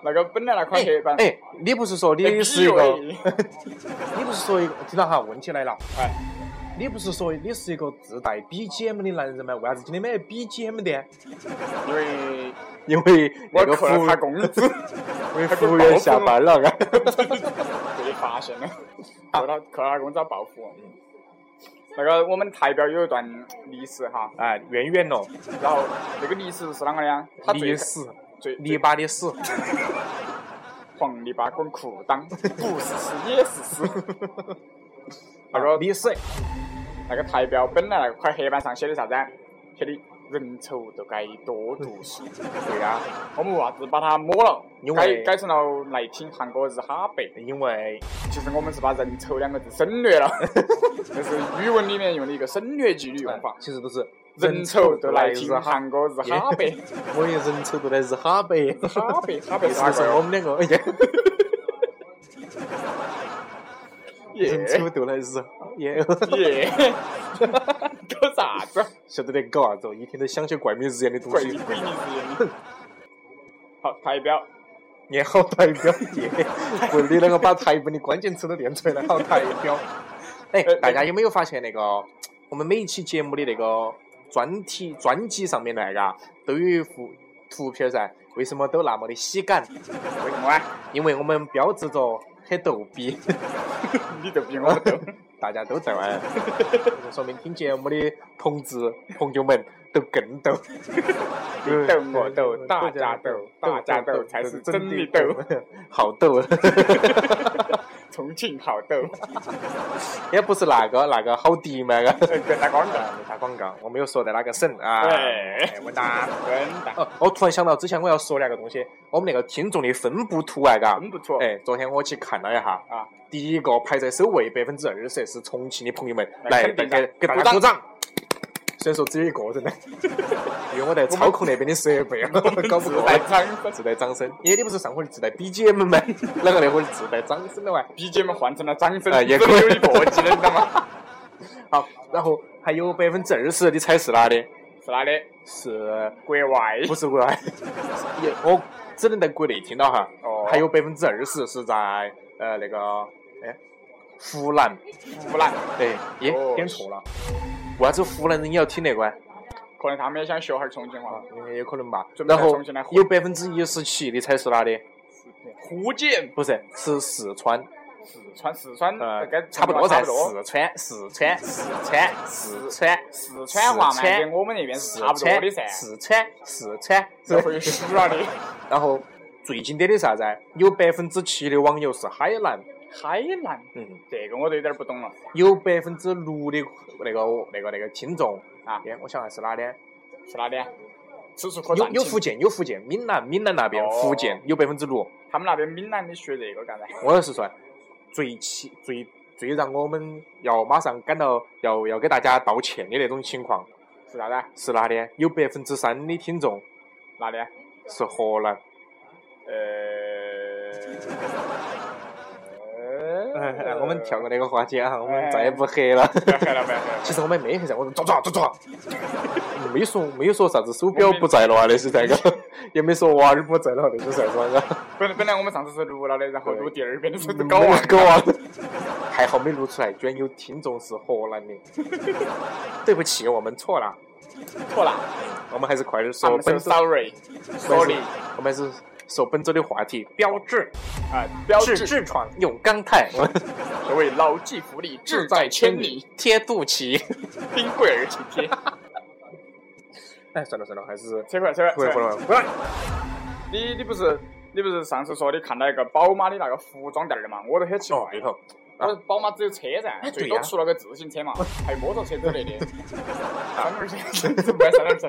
那个本来那块黑板，
哎，你不是说你是一个，你不是说一个，听到哈，问题来了，
哎，
你不是说你是一个自带 BGM 的男人吗？为啥子今天买 BGM 的？
因为
因为
我
那个服
扣了
务
他，工资，
因 为服务员下班 了，嘎。
被发现了，扣他扣了他工资要报复。那个我们台标有一段历史哈，
哎，远远咯，
然后那个历史是啷个的呀？他最
历
开
史，
最
泥巴的屎，
黄泥巴滚裤裆，不是屎也是屎。那个
历史，
那个台标本来那块黑板上写的啥子啊？写的人丑都该多读书。
对啊，
我们为啥子把它抹了
因？为
改改成了来听韩国日哈贝。
因为
其实我们是把“人丑”两个字省略了， 这是语文里面用的一个省略句的用法
哎。其实都是
人丑都来听
日哈，
韩国日哈贝，
我也人丑都来日哈白，
哈贝哈贝
是
啥
不是我
个？
们两个？哎呀，人
耶
丑都来日耶。
耶，搞啥子？
晓得在搞啥子哦？一天都想些怪迷日眼的东
鬼
西，
鬼迷日眼。好，台标
你好代表耶！我你那个把台本的关键词都念出来了，好代表。哎
哎，
大家有没有发现那个我们每一期节目的那个专题专辑上面那个啊都有一幅图片噻？为什么都那么的喜感？
为什么啊？
因为我们标志着很逗逼，
你都比我们逗。
大家都在玩，就说明听节目的同志朋友们都更逗。
你逗我逗，大家逗，大家逗才是真的逗。，
好逗！
重庆好逗，
也不是那个那个好啊迪嘛，那个
呃给打广告。
打广告，我没有说在哪个省啊。
对
哎，稳当。
真的，
哦，我突然想到之前我要说那个东西，我们那个听众的分布图啊，嘎，
真不错。
哎，昨天我去看了一下，
啊，
第一个排在首位百分之二十是重庆的朋友们，
来
来
肯定
给
的
给大
鼓
家鼓
掌
掌。虽然说只有一个人呢，因为我在操控那边的设备 啊， 搞不
自
过
带
来。
掌声
自带掌声，耶，你不是上回自带 BGM 吗？啷个那会儿自带掌声了哇？
，BGM 换成了掌声，
哎也
只
可以
有一个技能 的吗？
好，然后还有百分之二十，你猜是哪的？
是哪里？
是
国外
不是国外？也我只能在国内听到哈。
哦
还有百分之二十是在呃那个哎湖南，
湖南，
对，哎耶
哦
点错了。为啥子湖南人也要听那个啊？
可能他们也想学哈儿重庆话。
应该有可能吧。
准备
然后
重新来混
有百分之一十七的才是哪里？
福建、
不是，是四川。
四川、四川，
呃
跟，
差不多
差
噻，
不多。
四川，四川，四川，四川，
四川话嘛，
四
跟
川
我们那边是
四
差不多的噻
川，。四川，四川。
这会输了的。
然后最经典的是啥子？有百分之七的网友是 海南，
海南，
嗯，
这个我都有点不懂了。
有百分之六的那个那个那个听众
啊
哎，我想看是哪里？
是哪里啊？此处可
有
暂
有
停。
福建，有福建，闽南，闽南那边，
哦
福建有百分之六。
他们那边闽南的学这个干啥？
我也是说，最气最最让我们要马上感到要要给大家道歉的那种情况
是啥子啊？
是哪里？有百分之三的听众
哪里啊？
是河南。
呃 呃
哎，我们跳过那个话题啊，我们再也不黑了。
不要黑了，不要黑了。
其实我们没黑噻，我说抓抓抓抓，没说没说啥子手表不在了啊，那是那个， 也没说娃儿不在了，那是啥子啊那个，
本来本来我们上次是录了的，然后
对
录第二遍的时候 都
搞
搞完
忘。搞忘了，啊还好没录出来，居然有听众是河南的， 对不起，我们错了，
错了。
我们还是快点说
I'm
本
so
周，
sorry，sorry
我们还是说本周的话题，标志，
啊，标
志
志
痔疮用钢 泰，
所谓牢记福利，志在千里，，
贴肚脐。
冰柜儿体 贴。
哎，算了算了，还是
扯回来，扯回来，
不会
扯
不
回来。
会不会，
你你不是你不是上次说你看到一个宝马的那个服装店儿的嘛？我都很奇怪
哦，，里头。啊
我说宝马只有车噻，最
哎对
多
呀
出了个自行车嘛，还有摩托车之 类的。三轮车，不是三轮车，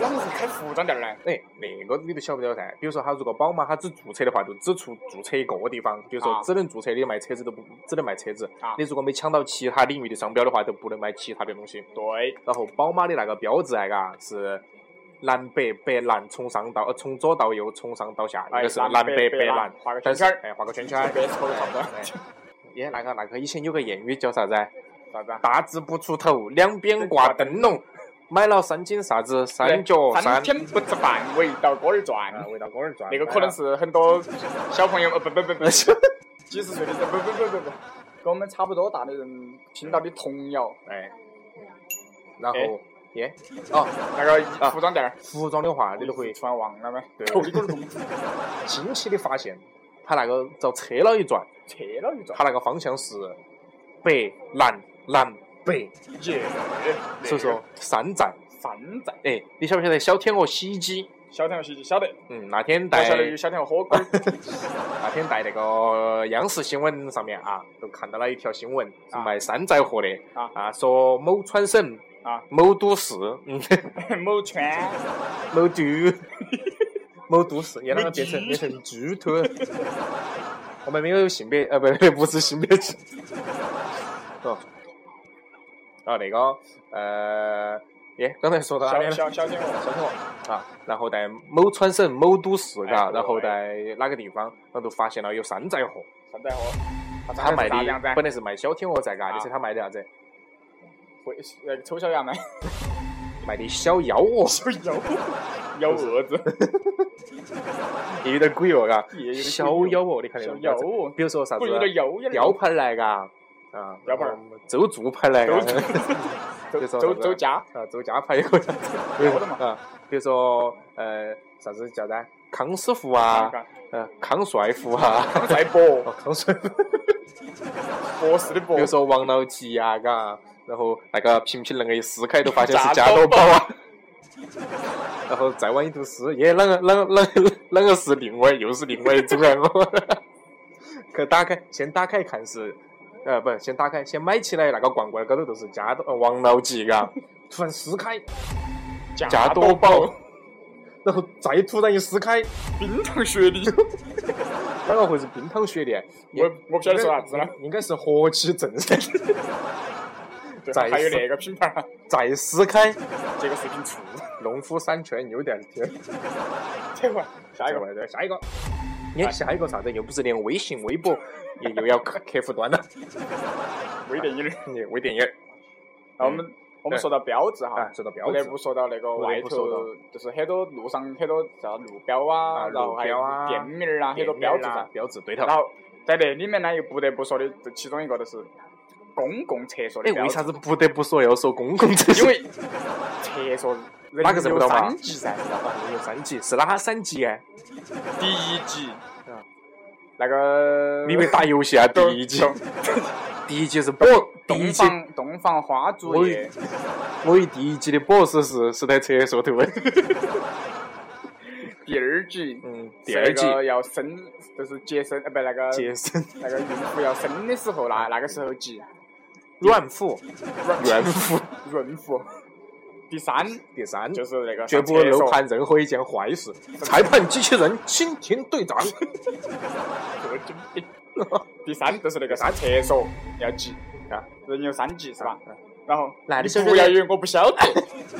啷个是开服装店儿呢？
哎，那个你都晓不晓得噻？比如说，他如果宝马他只注册的话，就只出注册一个地方，比如说
啊
只能注册的卖车子都不只能卖车子
啊。
你如果没抢到其他领域的商标的话，就不能卖其他的东西。
对，
然后宝马的那个标志那个啊是南北北南，从上到呃从左到右，从上到下，那
哎
个是南
北
北
南
南，，
画个圈
但是
圈儿，
哎画个圈圈儿
圈 儿。别说差不多。
哎耶，那个那个以前有个谚语叫啥子？
啥子啊？
大字不出头，两边挂灯笼。买了三斤啥子？三角
对
三
三。天不吃饭，围到锅儿转。
啊，围到锅儿转。
那个可能是很多小朋友，呃不 不不不，几十岁的人，不不不不不，跟我们差不多大的人听到的童谣，
哎，然
哎
后耶，哦，
那个服装店儿，
服装的话，你就会
突然忘了吗？
对
头一根龙车
惊奇的发现，它那个遭车了一转，
了一转
它，那个方向是北南南北，
耶，
所以说三站。
三站，
哎，你晓不晓得小天鹅洗衣机？
小天鹅洗就晓得，
嗯，那天
我
在
晓得有小天鹅火锅儿，
那天在那个央视新闻上面啊，都看到了一条新闻，是
啊
卖山寨货的
啊
说某川省
啊
某都市，嗯，
某川，
某都 某都市，也啷个变成
某
变
猪
成猪头？我们没有性别，呃，不 不不是性别歧视。哦，啊那个呃，耶，刚才说到 哪里
小
了？
小小天鹅，小天鹅，
啊，然后在某川省某都市，嘎、
哎
然后在哪个地方，然后就发现了有山寨货。
山寨货，
他卖
啥样子
的
啊？
本来是卖小天鹅在嘎，你猜他卖的啥子？
会呃丑小鸭吗？
卖的小哦幺鹅，
小腰，幺蛾子，
也有点鬼哦，嘎
也有。点
小幺鹅，你看那
小
个
腰
标志，，比如说啥子啊
不有点腰眼儿
雕牌儿来嘎，啊，
雕牌儿
然后周柱牌儿来嘎，
周
比如说啥
周
子
周家，
啊，周家牌也可以， 比如
的嘛
啊，比如说呃啥子叫啥？康师傅啊，呃康帅傅啊，
帅博
哦 康帅傅，
博士的博
比如，说王老吉啊，嘎，然后那个瓶瓶那个一撕开，都发现是加
加
多
多
宝
宝
啊。然后再往一读诗，耶，啷个啷 个啷个啷个是另外又是另外一种人哦。 可打开，先打开看是，呃，不，先打开，先买起来那个罐罐高头都是加多呃王老吉，嘎，突然撕开加多宝，然后再突然一撕开，
冰糖雪梨，
啷个会是冰糖雪莲？
我我不晓得说啥子了。
应该是和气正噻。
对
再，
还有
是
那个品牌，
再撕开，
这个视频处。
农夫山泉有点甜。
这会儿下一个，
个，下一个。你看下一个啥子？又不是连微信、微博也又要客客户端了？
微电影儿。
你微电影儿，
那我们我们说到标志哈
啊，，嗯说到标
不得
志
不，说到那个
不
外
得不说到
头，就是很多路上很多啥路标啊，
啊
然后还
路
有
标啊
店名儿啊，很多标志
店面
噻
啊。标志对头。
然后在那里面呢，又不得不说的，这其中一个就是公共厕所的
哎，
标
为
志，
啥子不得不说要说公共厕
因
所？
为厕所人
哪个认不啊
有
到嘛
三级噻，知道吧？
有三级，是哪三级啊？
第一级
啊，
那个
你以为打游戏啊？第
东
一级，
东
第一级是 BOSS，第一
东
级，
房东房花烛夜，
我以为第一级的 BOSS 是是在厕所头的。
第二级。
嗯，第二级
是那个要生，就是接生，呃，不，那个
接生
那个孕妇要生的时候，那那个时候急，
软腹，
孕
软腹。
孕妇。第三
第三，
就是那个
绝不
上厕所
漏，判任何一件坏 事。裁判机器人蜻蜓队 长，
各种病第三就是那个上厕所要急啊，人有三急是吧？
啊
然后
那你
你
晓不晓
不要
得？
以为我不晓得，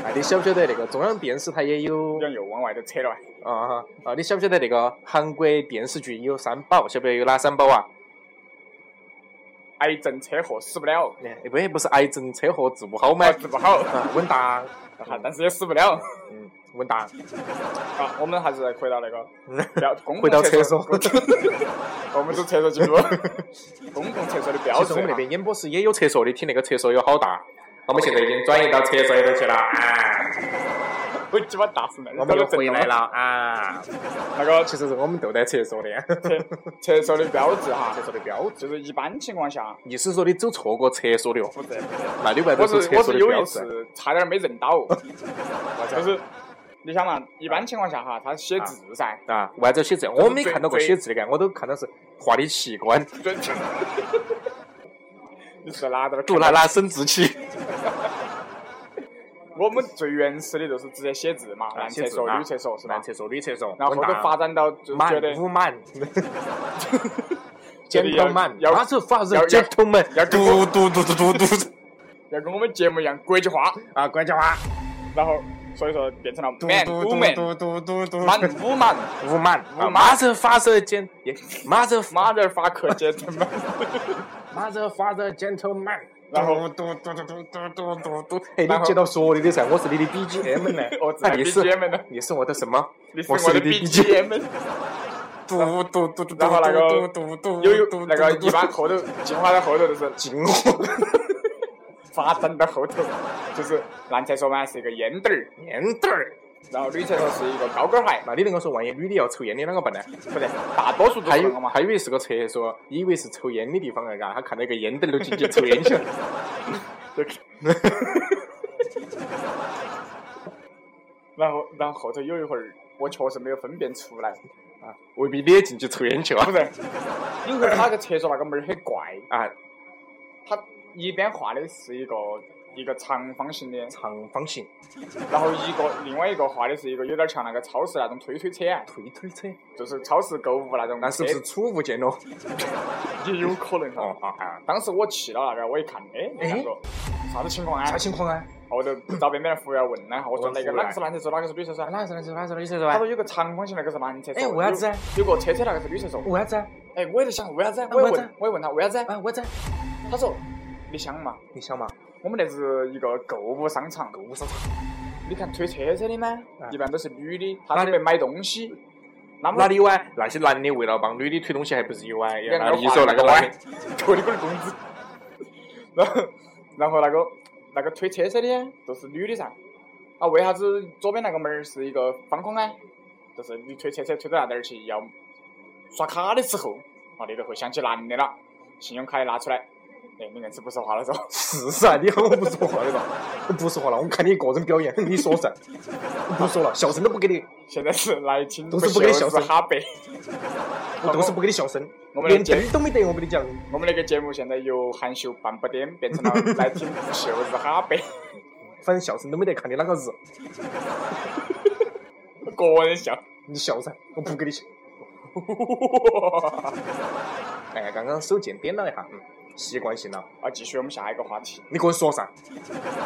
那哎你晓不晓得那个中央电视台也有
好像又往外头扯了。
啊啊？你晓不晓得那个韩国电视剧有三宝？晓不晓得有哪三宝啊？
癌症哎车祸死不了，
哎，不也不是癌症、车祸治不好吗
脑？子不好，
啊，稳当，
啊但是也死不了。
嗯，稳 当。
啊，我们还是回到那 个标公共
回到厕所
公 我们走厕所进 入公共厕所的标啊
其实
志
我
哈。
们那边演播室也有厕所的，听那个厕所有好大。我们现在已经转移到厕所里头去了啊，
我鸡巴大师妹，
我们
都
又
震动
回来了。啊。
那个
其实是我们都在厕所 的。
厕厕所的标志哈，厕所的标志就是一般情况下
你是说你走错过厕所的哦？
不得不得
那你为啥
我
子走
是
厕
我
所的
是有一
标志？
次差点没认 到，就是你想嘛，一般情况下哈，他写字噻，
啊，为啥子要写字？我没看到过写字的，干，我都看到是画的器官，
准。你是拿到了
杜拉拉生殖器。
我们最原始的就是直接写字嘛，男厕
啊写字
所、
嘛
女厕所是吧
男？厕所、女厕所，
然后后头发展到就觉
满
得
屋满。
觉得要
gentleman，
要
他是发人
要要
gentleman，
要
嘟嘟嘟嘟嘟嘟
要跟我们节目一样国际化，
啊，关家花，
然后所以说变成了
嘟
man
嘟
woman
嘟嘟嘟嘟嘟，
man woman
五满
屋满
啊，马子发射尖，马子
马德法克杰特曼，
马子发射 gentleman，
然后
嘟嘟嘟嘟嘟嘟嘟嘟，哎，
然
你
后，
接到说的的噻，我是你的 BGM 呢
我是
那你是
BGM 呢
你是我的什么？
你是
我
我的
你 BGM，
BGM。
嘟嘟嘟嘟，
然后那个
嘟嘟嘟，
有
嘟
有那个
嘟嘟
一般后头进化到后头就是
进货
发展到后头，就是男厕所嘛是一个烟斗儿，
面对儿。
然后女厕所是一个高跟鞋，
那你跟我说，万一女的要抽烟，你啷个办呢？
不对，大多数都
还
是那
有
个嘛。
还以为是个厕所，以为是抽烟的地方啊，嘎，他看到一个烟斗就进去抽烟去了。
然后然后后头有一会儿，我确实没有分辨出来，
未必你也进去抽烟去啊
不
了
是，因为他那个厕所那个门儿很怪，
啊？
他一边画的是一个一个长方形的，
长方形
然后一个另外一个画的是一个有点像那个超市那种推推车啊，
推推车，
就是超市购物那种车，
那是不是储物件咯？
也有可能哈
哦？啊啊！
当时我去到那边，我一看，哎，
哎
那个啥子情况啊
啥？情况啊？
我就找边边的服务员问了一下，我说
问
那个
服务员
哪个是男厕所，哪个是女厕所？
哪个是男厕所？哪个是女厕所
他
啊
说？有个长方形，那个是男厕所。
哎为啥子啊
有有个车车，那个是女厕所。
为啥子啊？
哎，我也在想为啥子啊？我也
为啥子
问，我也问他为啥子啊？
啊，为啥子啊？
他说，你想嘛，
你想嘛，
我们那是一个购物商场，
购物商场
你看推车车的呢，
啊
一般都是女的，她
哪
准
里
备买东西，那么
哪里有啊？那些男的为了帮女的推东西，还不是有啊？
两
那
个
你说那个
娃
男
儿
的，
扣你个工资。然后，然后那个那个推车车的都是女的噻。啊，为啥子左边那个门儿是一个方框呢？就是你推车车推到那点儿去要刷卡的时候，啊，里头会想起男的了，信用卡一拿出来，哎，你硬是不说话了嗦。
是噻？你喊我不说话的吧？我不说话了，我看你一个人表演，你说噻？我不说了，笑声都不给你，
现在是来听
都是不给小
笑是
声
哈白。
我都是不给你笑声，
我们来
连
接
灯都没得，我跟你讲。
我们那个节目现在由含羞半步癫变成了来听不秀是哈白，
反正笑声都没得，看你啷个日，
个人笑。
你笑噻，我不给 你笑。哎，刚刚手贱点了一下，嗯，习惯性了。
啊，继续我们下一个话题。
你给我说噻，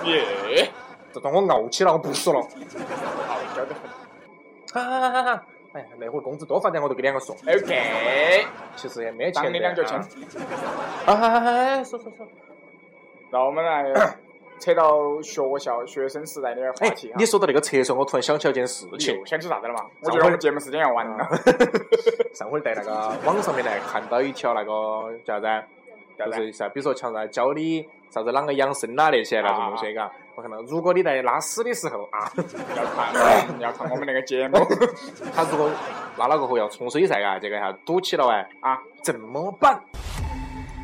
耶，
这段我傲起了，我不说了。
好教得很。
哈哈哈哈！哎呀，那会儿工资多发点，我都给两个说。
OK，
其实也没钱
当
的。
你两角钱
啊。。啊哈哈哈！说说说，
那我们来扯到学校学生时代的话
哎
题啊哈，。
你说到那个厕所，我突然想起了件事
你
情
又。想起啥子了嘛？我觉得我们节目时间
哎
要完
啊
了。
上回在那个网上面呢看到一条那个叫啥子，
叫
就
啥
是啥，呃比如说像啥教你啥子啷个养生啦那些那种东西，嘎。我看到，如果你在拉屎的时候啊，
要看要看我们那个 节目
他如果拉了过后要冲水噻，嘎，这个一下堵起了哎，
啊，
怎么办？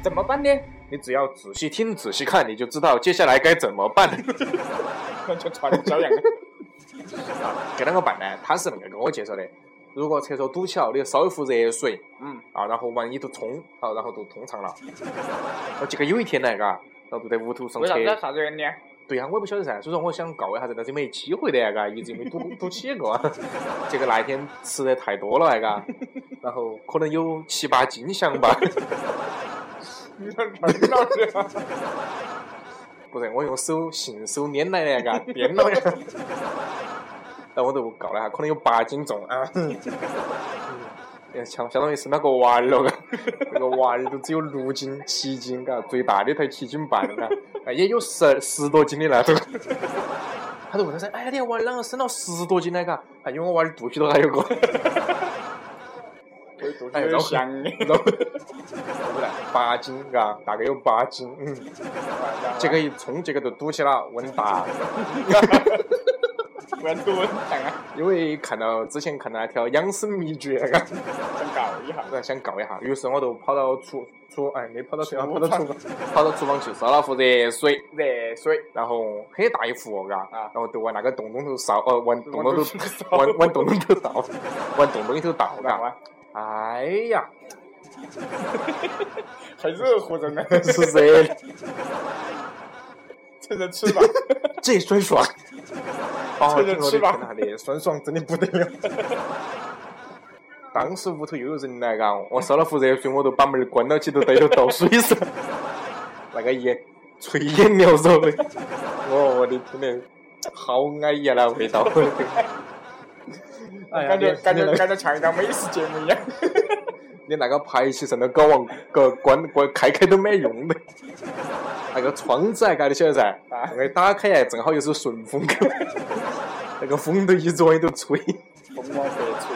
怎么办呢？
你只要仔细听、仔细看，你就知道接下来该怎么 办。
就传销一 样的。
该啷个办呢？他是恁个跟我介绍的，如果厕所堵起了，你就烧一壶热水，
嗯，
啊，然后往里头冲，好，然后就通畅了。哦，结果有一天呢，嘎，然后就在屋头上
为啥
厕
子要啥子原因呢？
对呀、我也不晓得噻，所以说我想告一下子，但是没机会的呀，嘎，一直没赌赌起过。 结果那一天吃的太多了，哎嘎，然后可能有七八斤响吧，
你这传销的啊
不是，我用手信手拈来的，嘎，颠了 呀。然后我就告了下，可能有八斤重啊。嗯 相相当于生了个娃儿了，嘎， 那个娃儿都只有六斤、七斤，嘎，最大的才七斤半，嘎，啊也有十十多斤的那种。 他就问他噻，哎，你娃儿啷个升到十多斤呢？嘎，啊因为我娃儿肚皮头还有个。
我肚
哎
子
然后
有点香的。
然后 不然八斤，嘎，大概有八斤，嗯，这个一冲，这个就堵起了，问大。
我要读文章啊，
因为看到之前看到那条养生秘诀，嘎，
想搞一下。
我想告一下，于是我就跑到厨厨，哎，没跑到厨房，跑到
厨
厨房，跑到厨房去烧了壶热水，
热水，
然后很大一壶，嘎，
啊
然后就往那个洞洞头烧，呃，往洞洞
往洞
头
洞烧
往往洞洞头倒，啊往洞洞里头倒，
干
嘎，
嘛？
哎呀，
还热乎着呢，
是热的。
趁着吃吧。
这酸爽！ 哦，
趁着
听我的
吃吧
天呐那酸爽真的不得 了。当时屋头又有人来嘎，我烧了壶热水，我都把门儿关到起，都在头倒水 噻。那个烟炊烟缭绕的，我我的天嘞，好安逸啊那味道！ 哎呀
感觉
你
感觉
你那个
感觉像一档美食节目一样。
你那个排气扇都搞忘，搞关关开开都没用的。那个窗子啊，嘎，你晓得噻？
啊
那个打开哎，正好又是顺风口， 那个风都一直往里头吹。
风往北吹，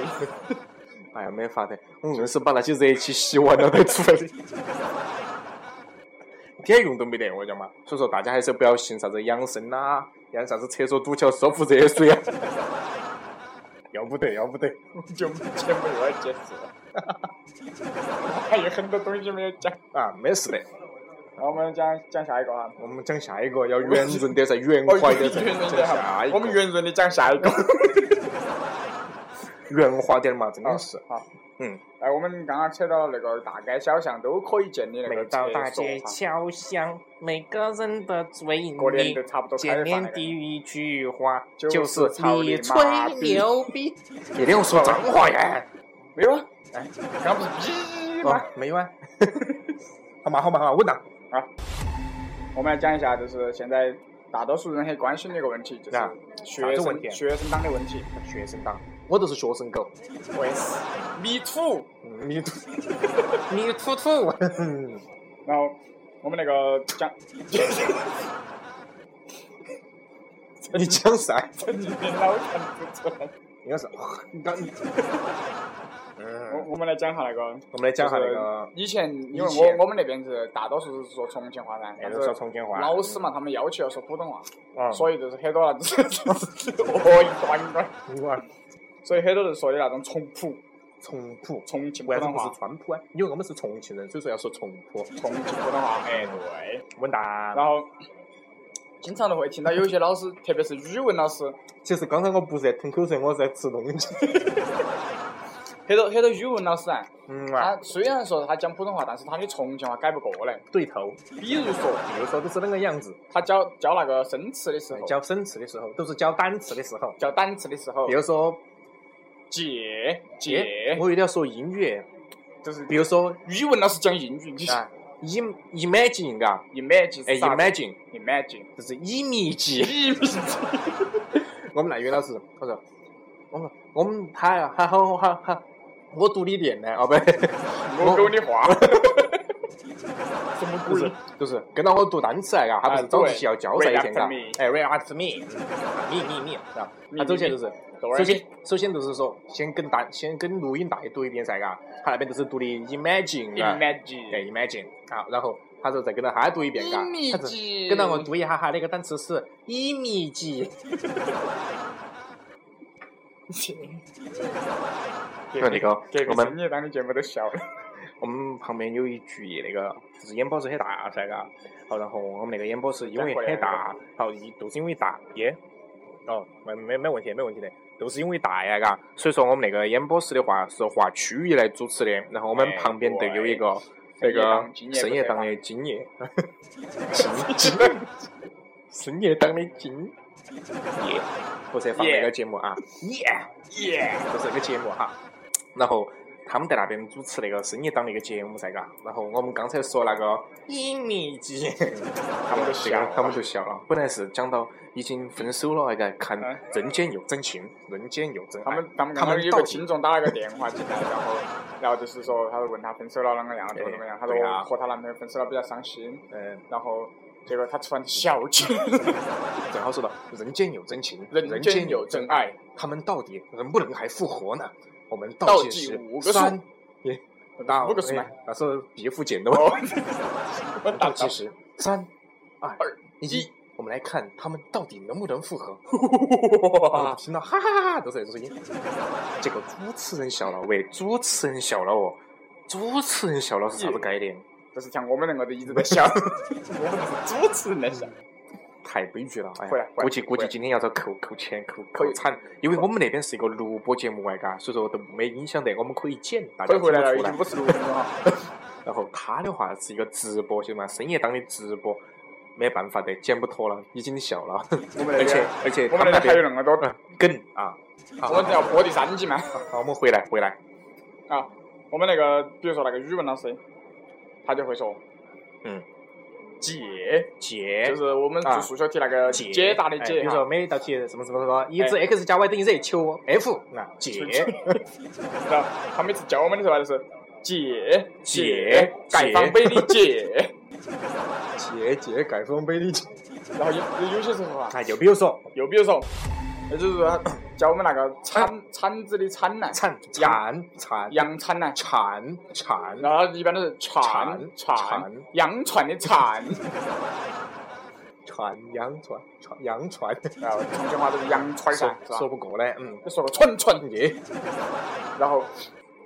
哎呀，没法得，我硬是把那些热气吸完了再出 来的，一点用都没得，我讲嘛。所以说，大家还是不要信啥子养生啦，养啥子厕所堵桥烧壶热水啊， 要不得，要不得。
我就节目又要结束了。我还有很多东西没有讲，
啊，没事的，
那我们讲讲下一个啊哈。
我们讲下一个要圆润点噻，圆滑点噻，讲下一
我们
个
圆润的讲下一个。
圆滑点嘛，真的是。
好，
嗯，
哎，我们刚刚扯到那个大街小巷都可以建的那
每
个
到大
厕所
街
哈
小巷，每个人的嘴里
过年都差不多开
见
始放那
面
个
第。一句话
就
啊就是是
操你
你
妈
吹
逼
牛逼，你给我说脏话呀？
没有啊，哎，刚不是逼吗？，
没有啊。 好嘛好嘛好啊嘛，稳当。
我们来讲一下，就是现在大多数人很关心的一个问题，就是
啊
学
啥子问题
生学生党的问题。
学生党，我都是学生狗。
我也是，迷途。
嗯你你吐吐。嗯
然后我们那个 讲，
你讲啥？
陈年老看不出来。
应该是。你刚。嗯，
我我们来讲下那个，
我们来讲下那
就是
个，
以前，因为
以前
我我们那边是大多数是说重庆话噻，
那
但
个说
是
重庆话。
老师嘛，他们要求要说普通话，
嗯。
所以就是很多那种哦一短短，
嗯，
所以很多人说的那种重普
重普。
重庆普
为啥
通
子不
话
是，川普啊？因为我们是重庆人，所以说要说重普。
重庆普通话，哎对。
稳当。
然后经常都会听到有些老师，特别是语文老师，
其实刚才我不是在吞口水，我是在吃东西。
很多很多语文老师啊，
嗯啊，
他虽然说他讲普通话，但是他的重庆话改不过来。
对头，
比如说，
比如说都是那个样子。
他教教那个生词的时候，
教生词的时候，都是教单词的时候。
教单词的时候
比，如说，
姐
耶，
姐，
我有点说英语，
就是
比如说
语文老师讲英语，你
啊，im imagine 嘎，
imagine
哎
是啥子
，imagine 哎
imagine
就是以米级。
imagine
我们那语老师，他说，我们我们他还啊 好还还，我读你念呢，哦不，
我
我
给你画，什么
就
鬼
是？就是跟到我读单词来嘎，他不是早自习要交噻一天嘎
Right after me，
哎，right after me，me me me，是吧？他走起来就是
Don't worry，
首先首先就是说，先跟单先跟录音带读一遍噻嘎，他那边就是读的 imagine 嘎，
imagine，
对 imagine，好，然后他说再跟到他读一遍嘎，哎他是
Image
跟到我读一下哈那个单词是 image，
给
那个
给
哎我
个
们
深夜档的节目都笑了。
我们旁边有一句那个就是烟包是很大噻嘎，好，然后我们那个烟包是因
啊
为很大，好，一都是因为大耶，哦，没没没问题，没问题的，都是因为大呀嘎，所以说我们那个烟包市的话是划区域来主持的，然后我们
哎
旁边都有一个那
对
个深
深
夜
夜
档
档
的今夜，今夜，深夜档的今 夜，不是放那个节目啊，耶、
耶，
就是那个节目哈。然后他们在那边主持那个深夜档的一个节目噻，嘎。然后我们刚才说那个影迷机，他
嗯们就笑了
他们就笑了。本来是讲到已经分手了，还在看
嗯
《人间有真情》，《人间有真爱
他》们他们
啊他
刚
们
刚有
到
个
底
听众打了个电话进来，然后然后就是说，他问他分手了啷个样，怎么怎么样，他说
对啊
我和她男朋友分手了比较伤心，
嗯，
然后结果他突然笑起来，
正好说到《人间有真情》，
人间有真爱，
他们到底能不能还复合呢？我们
倒
计
计
时
五个数
三，耶，
打五个数嘛
哎，那是毕福剑的 嘛。
哦，我
倒
打
计时，三、二
二、
一
一，
我们来看他们到底能不能复合。
哇，
听到哈哈哈哈都是这种声音，结果主持人笑了，喂，主持人笑了哦，主持人笑了是啥子概念？
就是像我们两个都一直在笑，我们就是主持人在笑。
太悲剧了，哎
回来
呀，
回来
估计估计
回来
今天要遭扣扣钱扣
可以
扣惨，因为我们那边是一个录播节目外嘎，所以说都没影响得，我们可以剪，大家听
回
不
回来了，已
出来
经。五十六分钟 了。哦
然后他的话是一个直播，就是嘛，深夜档的直播，没办法的，剪不脱了，已经笑了，
我们
而
那
且
边，
而且
我
他
们
们
那
那
边还有
边
那么多，
梗啊，好好
我们只要播第三集嘛。
好，我们回来回来，
啊，我们那个，比如说那个语文老师，他就会说
嗯，
解，
解
就是我们
啊
做数学题那个解答的啊
哎比
解
如
哈
说，每一道题什么什么什么，已知 x 加 y 等于 z，求 f，那 解
然后他每次教我们的时候还就是解
解
盖
解
方北 的解，
解解盖方杯的解。
然后有有有些时候啊，
哎，就比如说
又比如说，那就是说他教我们那个铲铲子的铲呢，
哎铲
羊
铲铲
羊铲呢，
铲铲，
然后一般都是
铲铲
铲铲羊串的铲，
串羊串串羊串，
然后重庆话都是 羊串儿噻
说，
是吧
说？不过来，嗯，
就说个串串，
耶。
然后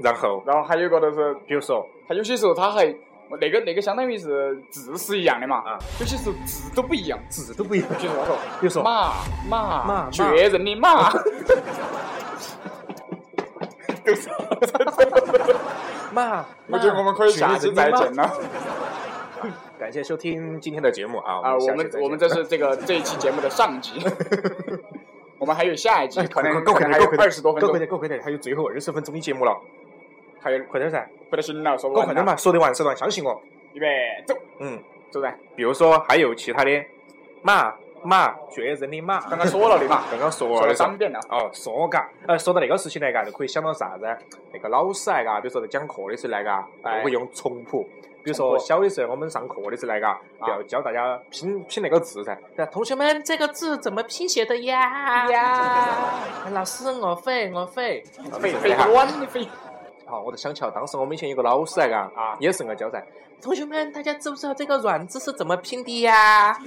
然后
然后还有一个就是。
比如说
他有些时候他还那个那个相当于是字是一样的嘛，
啊
有些时候字都不一样。
字都不一样，
比如说他说
比如说
马
马
马确认的 马， 就是，
妈，
我觉得我们可以下期再见。了
感谢收听今天的节目啊
啊！我们我们这是这个这一期节目的上 集，我们还有下一集，可能
够
可
快
能
点，
还
够
有
快点，
二十多分
够快
钟，
点，够快点，还有最后二十分钟的节目了，
还有
快点噻，
不得行了，说不
够
完
快点
了
嘛，说得完，说得完，相信我，
预备走，
嗯。
走噻，
比如说还有其他的马马绝人的马，
刚刚说了的 嘛，
刚刚说
说
了
了
的
三遍了，
哦，说嘎，呃，说到那个事情来嘎，就可以想到啥子？那个老师来嘎，比如说在讲课的时候来嘎，
哎
我会用重谱。比如
重
说
谱
小的时候我们上课的时候来嘎，
啊
就要教大家拼拼那个字噻。那同学们，
们这个字怎么拼写的呀？哎呀，老师，我会，我会。
飞
啊
飞乱的飞，
好，哦我就想起了当时我们以前有个老师来嘎
啊，
也是个教噻，
同学们，大家知不知道这个软字是怎么拼的呀？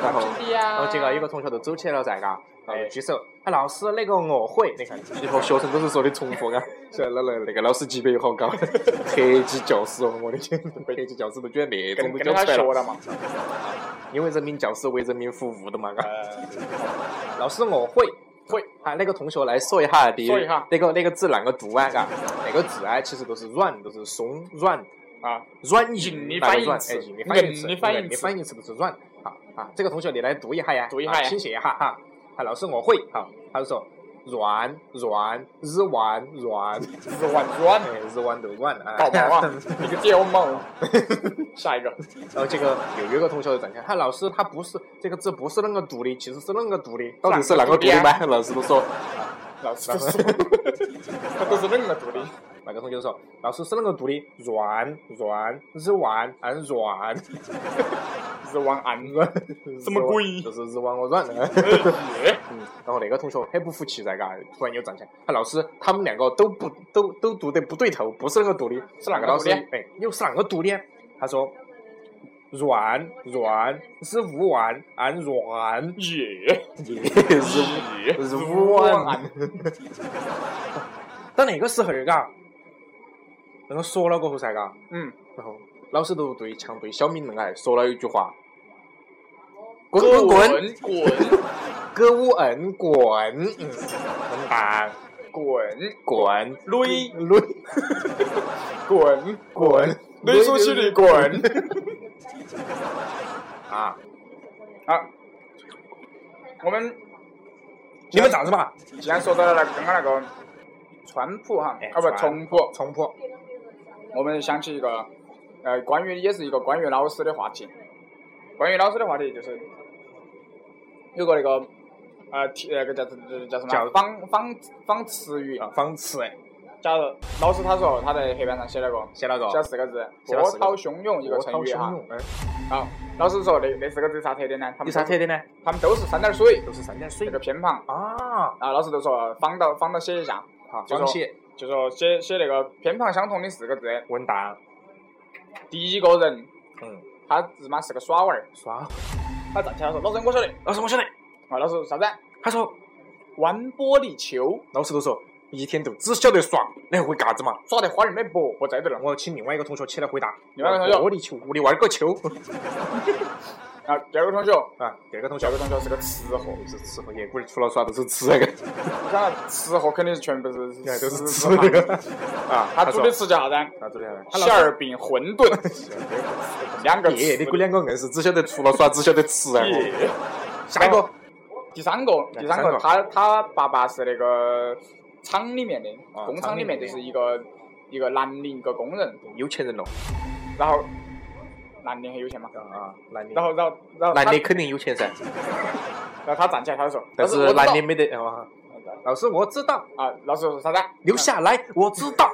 然后。
的呀
然后结果有个同学就走起来了噻，嘎，然后
啊哎
就举手，啊，老师，那个我会，你看，以后学生都是说的重复啊，所以那那那个老师级别又好 高，特级教师哦，我的天，特级教师都居然那种
跟
都教
跟着他
出来
学
了，
了嘛，
因为人民教师为人民服务的嘛，嘎，
呃。
老师我会。会啊，那个同学来说一下的，
说一下
那个那个字啷个读啊？嘎，那个字啊，其实都是软，都是松软
啊，
软
硬
硬那个
的反义
软，哎，
词
硬的反义
硬
词，
的反义
硬的
词
反义词不是软。好啊，这个同学你来读一下呀，
读一
啊
下呀
拼写一下哈。啊，老师我会。好，他就说软软日晚 软，
日晚软
哎，日晚都软啊。
搞毛 啊！你个屌 毛！下一个，
然后这个有一个同学就站起来，他老师他不是这个字不是啷个读的，其实是啷个读的，到底是啷个读的吗？老师都说，
老师都是，他都是恁个做的。
那个同学说，老师是那个读的软软日晚 按软，日晚按 软，
什么鬼
就是日晚我软。嗯，然后那个同学很不服气噻，嘎，突然又站起来，哎他老师他们两个都不都都读得不对头，不是那个读的，是哪个老师？
哪个读
哎，又是哪个读的？他说。软软是五万，按软
耶
也是
耶
是五万。 到那个时候，嘎，那个说了过后噻，嘎，
嗯，
然后老师都对强对小明那个还说了一句话：“滚滚滚，
滚
给我摁滚，嗯滚蛋，
滚
啊滚，
垒
累
滚
滚，
垒出去的滚！
啊！
好，我们
你们咋子嘛？
既然说到了那个刚刚那个川普哈
哎，
啊不
川
重普，
重谱
我们想起一个呃，关于也是一个关于老师的话题。关于老师的话题就是有个那个呃，提那个叫叫什么啊
叫
仿仿仿词语
啊，。仿词
假如老师他说他在黑板上写了个
写了个
写了四个字“
哦写了
波
四个
涛汹涌”一个
波
成
涛
语
汹
哈。
涌，嗯，
好，老师说那那四个字有啥特点呢？
有
他们
啥
都是
特点呢？
他们都是三点水，
都是三点水
这个偏旁。
啊，
啊，老师就说仿到仿到写一下，
好，
就
放
说
弃
就说写写那个偏旁相同的四个字。
文蛋，
第一个人
嗯，
他日妈是个耍娃儿，
耍。
他站起来说：“老师，我晓得。
老师，我晓得。”
啊，老师说啥子？
他说，
玩玻璃球，
老师都说一天都只晓得耍，你还会嘎子嘛？
耍得花儿没伯伯在这了。
我请另外一个同学起来回答。
另外一个同学
玻璃球，我的玩个球
啊，第二个同学，
啊！第二个同
第
学
二个同学是个吃货，
是吃喝，也不是除了耍都是吃那个，
你想啊吃货肯定是全部是
对，都是吃
吃
那
货
个啊。
他煮
说
的吃叫啥子？
他煮的
馅儿饼馄饨， 两个
耶，
吃
你
的
龟两个硬是只晓得除了耍只晓得吃啊！我
耶
下一个
第三个，
哎第
第三
三
个，
个
他他爸爸是那个厂里面的，
啊
工厂里
厂里
面
面
就
的
是一个一个南宁一个工人，
有钱人了
然后南宁很有钱嘛，
啊，南宁
然，后然后然后他
南宁肯定有钱噻，
然后他站起来，他就说，
但
老师
是
我知道
南宁没得啊。老师，我知道，
啊，老师说啥子？
留下来，我知 道，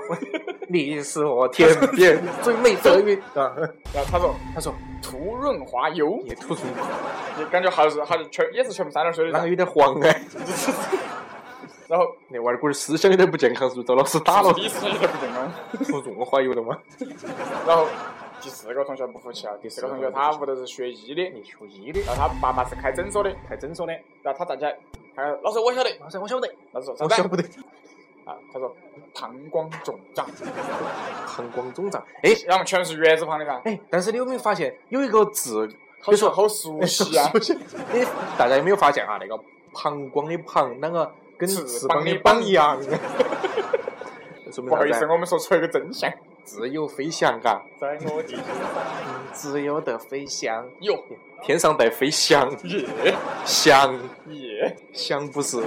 你是我天边最美的云啊！
然后他说
他说
涂润滑油，
也吐出，
就感觉还是还是全也是全部三点水
然后
的。
有点黄哎。
然后
那娃儿龟儿思想有点不健康，是不是遭老师打了？
第四个不健康。
涂润滑油了吗？
然后第四个同学不服气啊了，第四个同学他屋头是学医的，
你学医的，
然后他爸爸是开诊所的，
开诊所的，
然后他站起来，他说老师我晓得，
老师我晓得，
老师说啥
我
子
晓？不得。
啊，他说膀胱肿胀，
膀胱肿胀，哎
然后全是月字旁的噻，
哎，但是你有没有发现有一个字，，
好熟好熟悉啊
哎，大家有没有发现啊？那个膀胱的膀，那个跟翅
翅
膀
膀
的
的
膀
膀
一
一
样。说明
不好意
啥
思，
子？啊
我们说出了一个真相，
自由飞翔，嘎，
在我的
自由的飞翔，
哟
天上带飞翔，
耶
翔
耶，
翔不是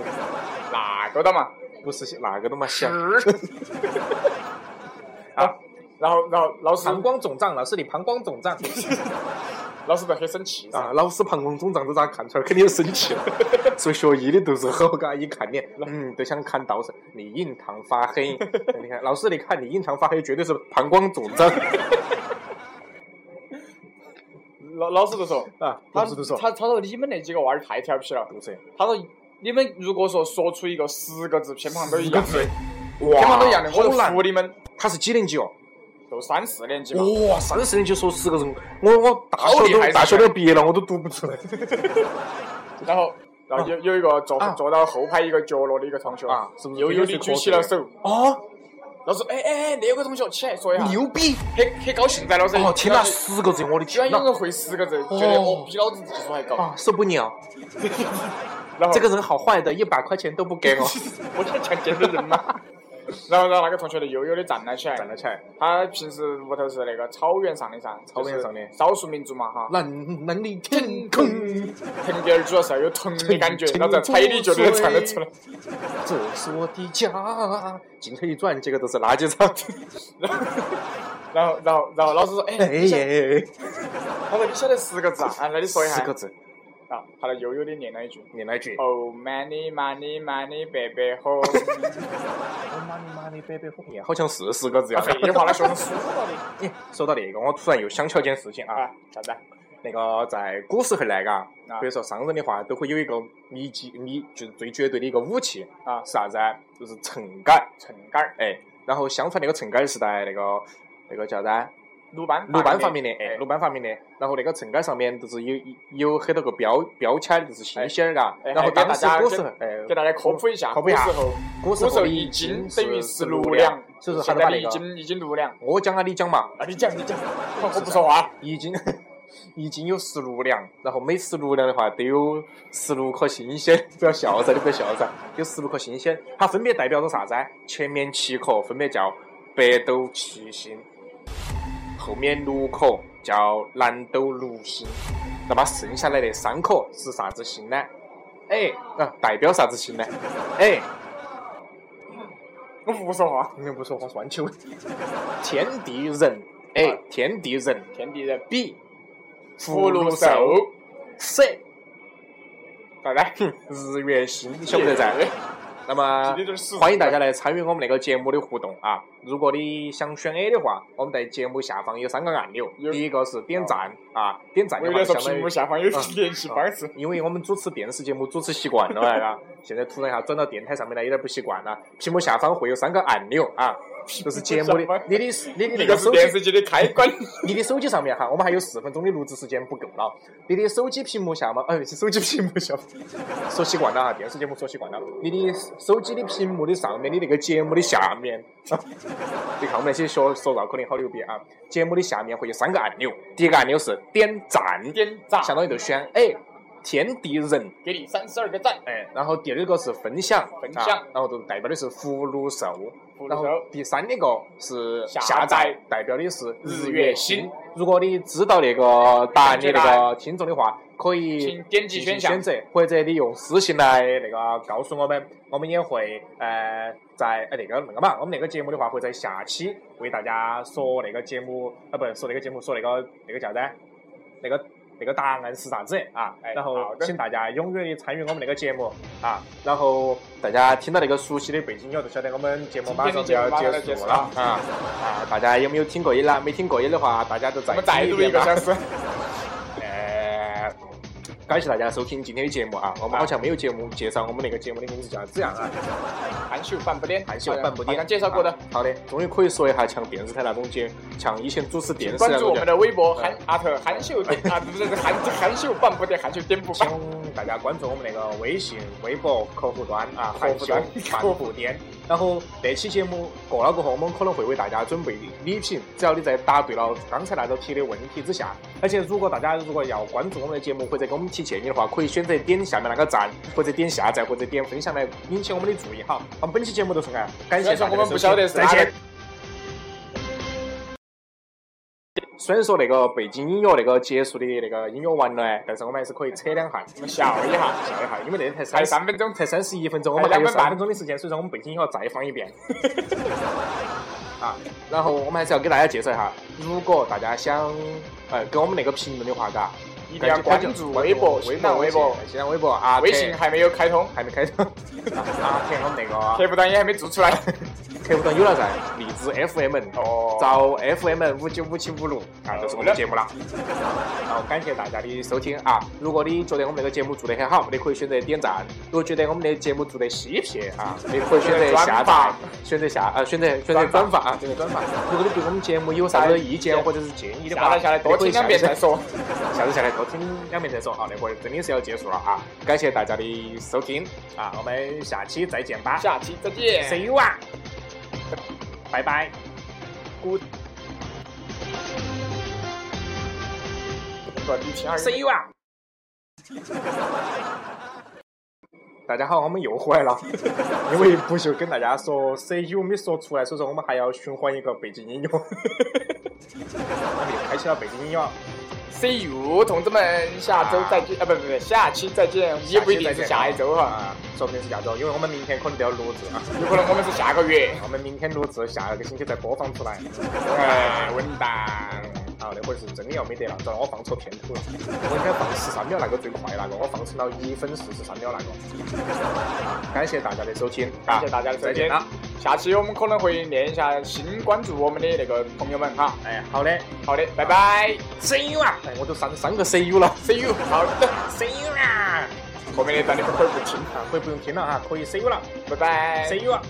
那个的嘛，
不是那个的嘛翔。
是，啊，然后然后老师
膀胱肿胀，老师你膀胱肿胀。
老师在很生气噻，
啊，老师膀胱肿胀都咋看出来？肯定生气了。 所以学医的都是好嘎，一看脸，嗯，都想砍刀子。你印堂发黑， 你看老师，你看你印堂发黑，绝对是膀胱肿胀
老老师就说，
啊。
他
老师都说，
他他说你们那几个娃儿太调皮了，
都是
他说你们如果说说出一个十个字偏旁都一样的，
哇
偏旁都一样的，我就
好难
服。你们，
他是几年级哦？
都三四年级嘛，
哇，三四年级说十个人，我我大
好
学
厉
都
害
大学都毕业了，我都读不出 来
然后，然后有有一个坐
啊
坐到后排一个角落的一个同学
啊是不是
悠悠的举起了手。
啊！
老师，哎哎哎，那有个同学起来说一下，
牛逼！
很很高兴噻，老师。
哦，天哪，
居
十个字，我的天
然居然有
哪！
人会十个字，觉得哦比老子技术还高。
啊，受不了！
然后
这个人好坏的，一百块钱都不给 我。
我才强奸的人嘛。 然后，然后那个同学就悠悠的站了起来。
站了起来，
他平时屋头是那个草原上的噻，
草原上的
少数民族嘛哈。
蓝蓝的天 空。
腾格尔主要是要有腾的感觉，然后在踩你就能唱得出来。
这是我的家，进去一转，这个都是垃圾场。
然后，然后，然后老师说：“哎，
哎
你晓
耶，
他说你晓得十个字啊？啊，那你说一下。
四个字，
啊，他就悠悠的念了一句
念了一句。
：“Oh money money money，白白喝。
Oh, 我妈你妈你白白喝面，好像是四个字”呀。
废话，那学生 输了的
哎说到那个，我突然又想起了件事情啊
啊，，啥子啊？
那个在古时候来嘎，
啊
比如说商人的话，都会有一个秘籍，秘就是最绝对的一个武器
啊
是啥子啊？就是秤杆，
秤杆儿、
哎，然后相传那个秤杆是在那个那个叫啥子啊？
鲁班、
鲁班发明的，哎，
哎
鲁，班发明的。然后那个秤杆上面就是有有很多个标标签，就是信息儿嘎。
哎
然后
哎给
当时
大家
古时候，哎，
给大家科普一下，
科普一下
古时候，
古时
古时
候
候
的
一斤等于
是
十六
两
两，，
所以说他
现
就把
在
那
的一
个
斤一斤六两。
我讲啊，你讲嘛，
啊，你讲你讲，我不说话。
一 斤一斤有十六两，然后每十六两的话都有十六颗星星， 不要笑噻，你不要笑噻，有十六颗星星，它分别代表着啥子啊？前面七颗分别叫北斗七星，后面六颗叫南斗六星，那么剩下来的三颗是啥子星呢？哎，啊，代表啥子星呢？哎，
我不说话。
你们不说话算球，天地人，哎，天地人，
天地人，
比
福禄寿，
蛇，拜拜，日月星，你晓不得噻？ 那么
记得点死
欢迎大家来参与我们那个节目的互动啊！如果你想选 A 的话，我们在节目下方有三个按钮，
有
第一个是点赞啊，点赞
我
的
有
话
点
就
说
相当
屏
于啊
幕。下方有联系方式。
因为我们主持电视节目主持习惯了 啊，现在突然一下转到电台上面来，有点不习惯了。屏幕下方会有三个按钮啊，就是节目
屏幕下
的
方，
你的你的那
一
个
个是
手机
电视机的开关，
你的手机上面哈，我们还有四分钟的录制时间不够了。你的手机屏幕下嘛，哎，手机屏幕下，说习惯了哈，电视节目说习惯了。你的手机的屏幕的上面的那个节目的下面，你看我们那些学说绕口令好牛逼啊！节目的下面会有三个按钮，第一个按钮是点赞，
点赞，
相当于就选哎天地人，
给你三十二个赞，
哎，然后第二个是分享，
分享
啊然后就代表的是福禄寿，
福
然
禄
后
寿，
第三那个是
下
下载
载，
代表的是
日
月
月星。
如果你知道那个答案的
正确答
那个听众的话，可以
请点击
进行
选项
选。择，或者你用私信来那个告诉我们，我们也会呃在呃那个那个嘛，我们那个节目的话会在下期为大家说那个节目啊，不是说那个节目，说那个那个叫啥子？那个那个答案是啥子啊
哎？
然后
好的
请大家踊跃的参与我们那个节目啊！然后大家听到那个熟悉的背景音乐，就晓得我们节目马上就要
今天的
结
节
束
目
了
马上
啊啊！大家有没有听过瘾呢？没听过瘾的话，大家都
我
再
们再啊
听
录
遍
一个
吧
小时，
呃，感谢大家收听今天的节目啊！我们好像没有节目介绍我们那个节目的名字叫啥子样啊？
含羞半步颠，
含羞半步
好
颠。
像介绍过的
啊。好的，终于可以说一下像电视台那种节，像以前主持电视
关
那
注我
种
们
节。
的微博含阿特含羞颠啊，不是 含含羞半步颠，含羞颠不
请
半。
大家关注我们那个微信、微博客户端啊，
客
含羞
户端
半步颠。然后这期节目过了过后，我们可能会为大家准备礼品，只要你在答对了刚才那道题的问题之下，而且如果大家如果要关注我们的节目或者给我们提建议的话，可以选择点下面那个赞，或者点下载，或者点分享来引起我们的注意哈。那么本期节目就是这样，感谢
虽然
大
说
家的
我们
收
不
听
晓得，是
再
哪
见
个。，
虽然说那个背景音乐那个结束的那个音乐完了，但是我们还是可以扯两下，
我们笑一下，
笑一下，因为那才三十
还有三分钟。
才三十一分钟，我们还
还有
有
哎两分半
三分钟的时间，所以说我们背景音乐再放一 遍。啊，然后我们还是要给大家介绍一下，如果大家想呃给我们那个评论的话，嘎，
一定要关注微博、
微
新
博、
浪微博、
新浪微博啊，
微信
特
还没有开通，
还没开通， 啊，啊看我们那个
客户端也还没做出 来。
客户端有了噻，荔枝 FM，
哦
找 FM 五九五七五六啊，就是我们的节目啦。然后感谢大家的收听啊！如果你觉得我们那个节目做得很好，你可以选择点赞；如果觉得我们的节目做得稀撇啊，你可以选择下
转
载
发、
选择下呃选择选择转发啊，选择转发。如果你对我们节目有啥子意见或者是建议的
下
话，
来下来，多听两遍再说。
下次下来多听两遍再说啊！那会儿真的是要结束了啊！感谢大家的收听啊，我们下期再见吧
下期再见。
，See you 啊，拜拜。
不你听二
谁有啊？大家好，我们又回来了， 因为不就跟大家说 C U 没说出来，所以说我们还要循环一个背景音 乐，我们又开启了背景音乐，
See you，同志们，下周再见啊！不不不，下期再见，也不一定是下一周哈，
啊，说不定是下周，因为我们明天可能都要录制啊，
有可能我们是 下个月。
我们明天录制，下个星期再播放出来，
哎，混蛋！
好。啊，那会儿是真的要没得了，遭我放错片头了，我应该放十三秒那个最快那个，我放成了一分四十三秒那个。感谢大家的收听，啊
感谢大家的收
再
听
见了。
下期我们可能会念一下新关注我们的那个朋友们哈。
哎，好的
好的，拜拜
，C U 啊，哎，我都三三个 C U 了
，See you。好的，
，C U 啊，
后面的段你们可以不听，
啊，会不用听了啊，可以 C U 了
拜拜。
，C U 啊。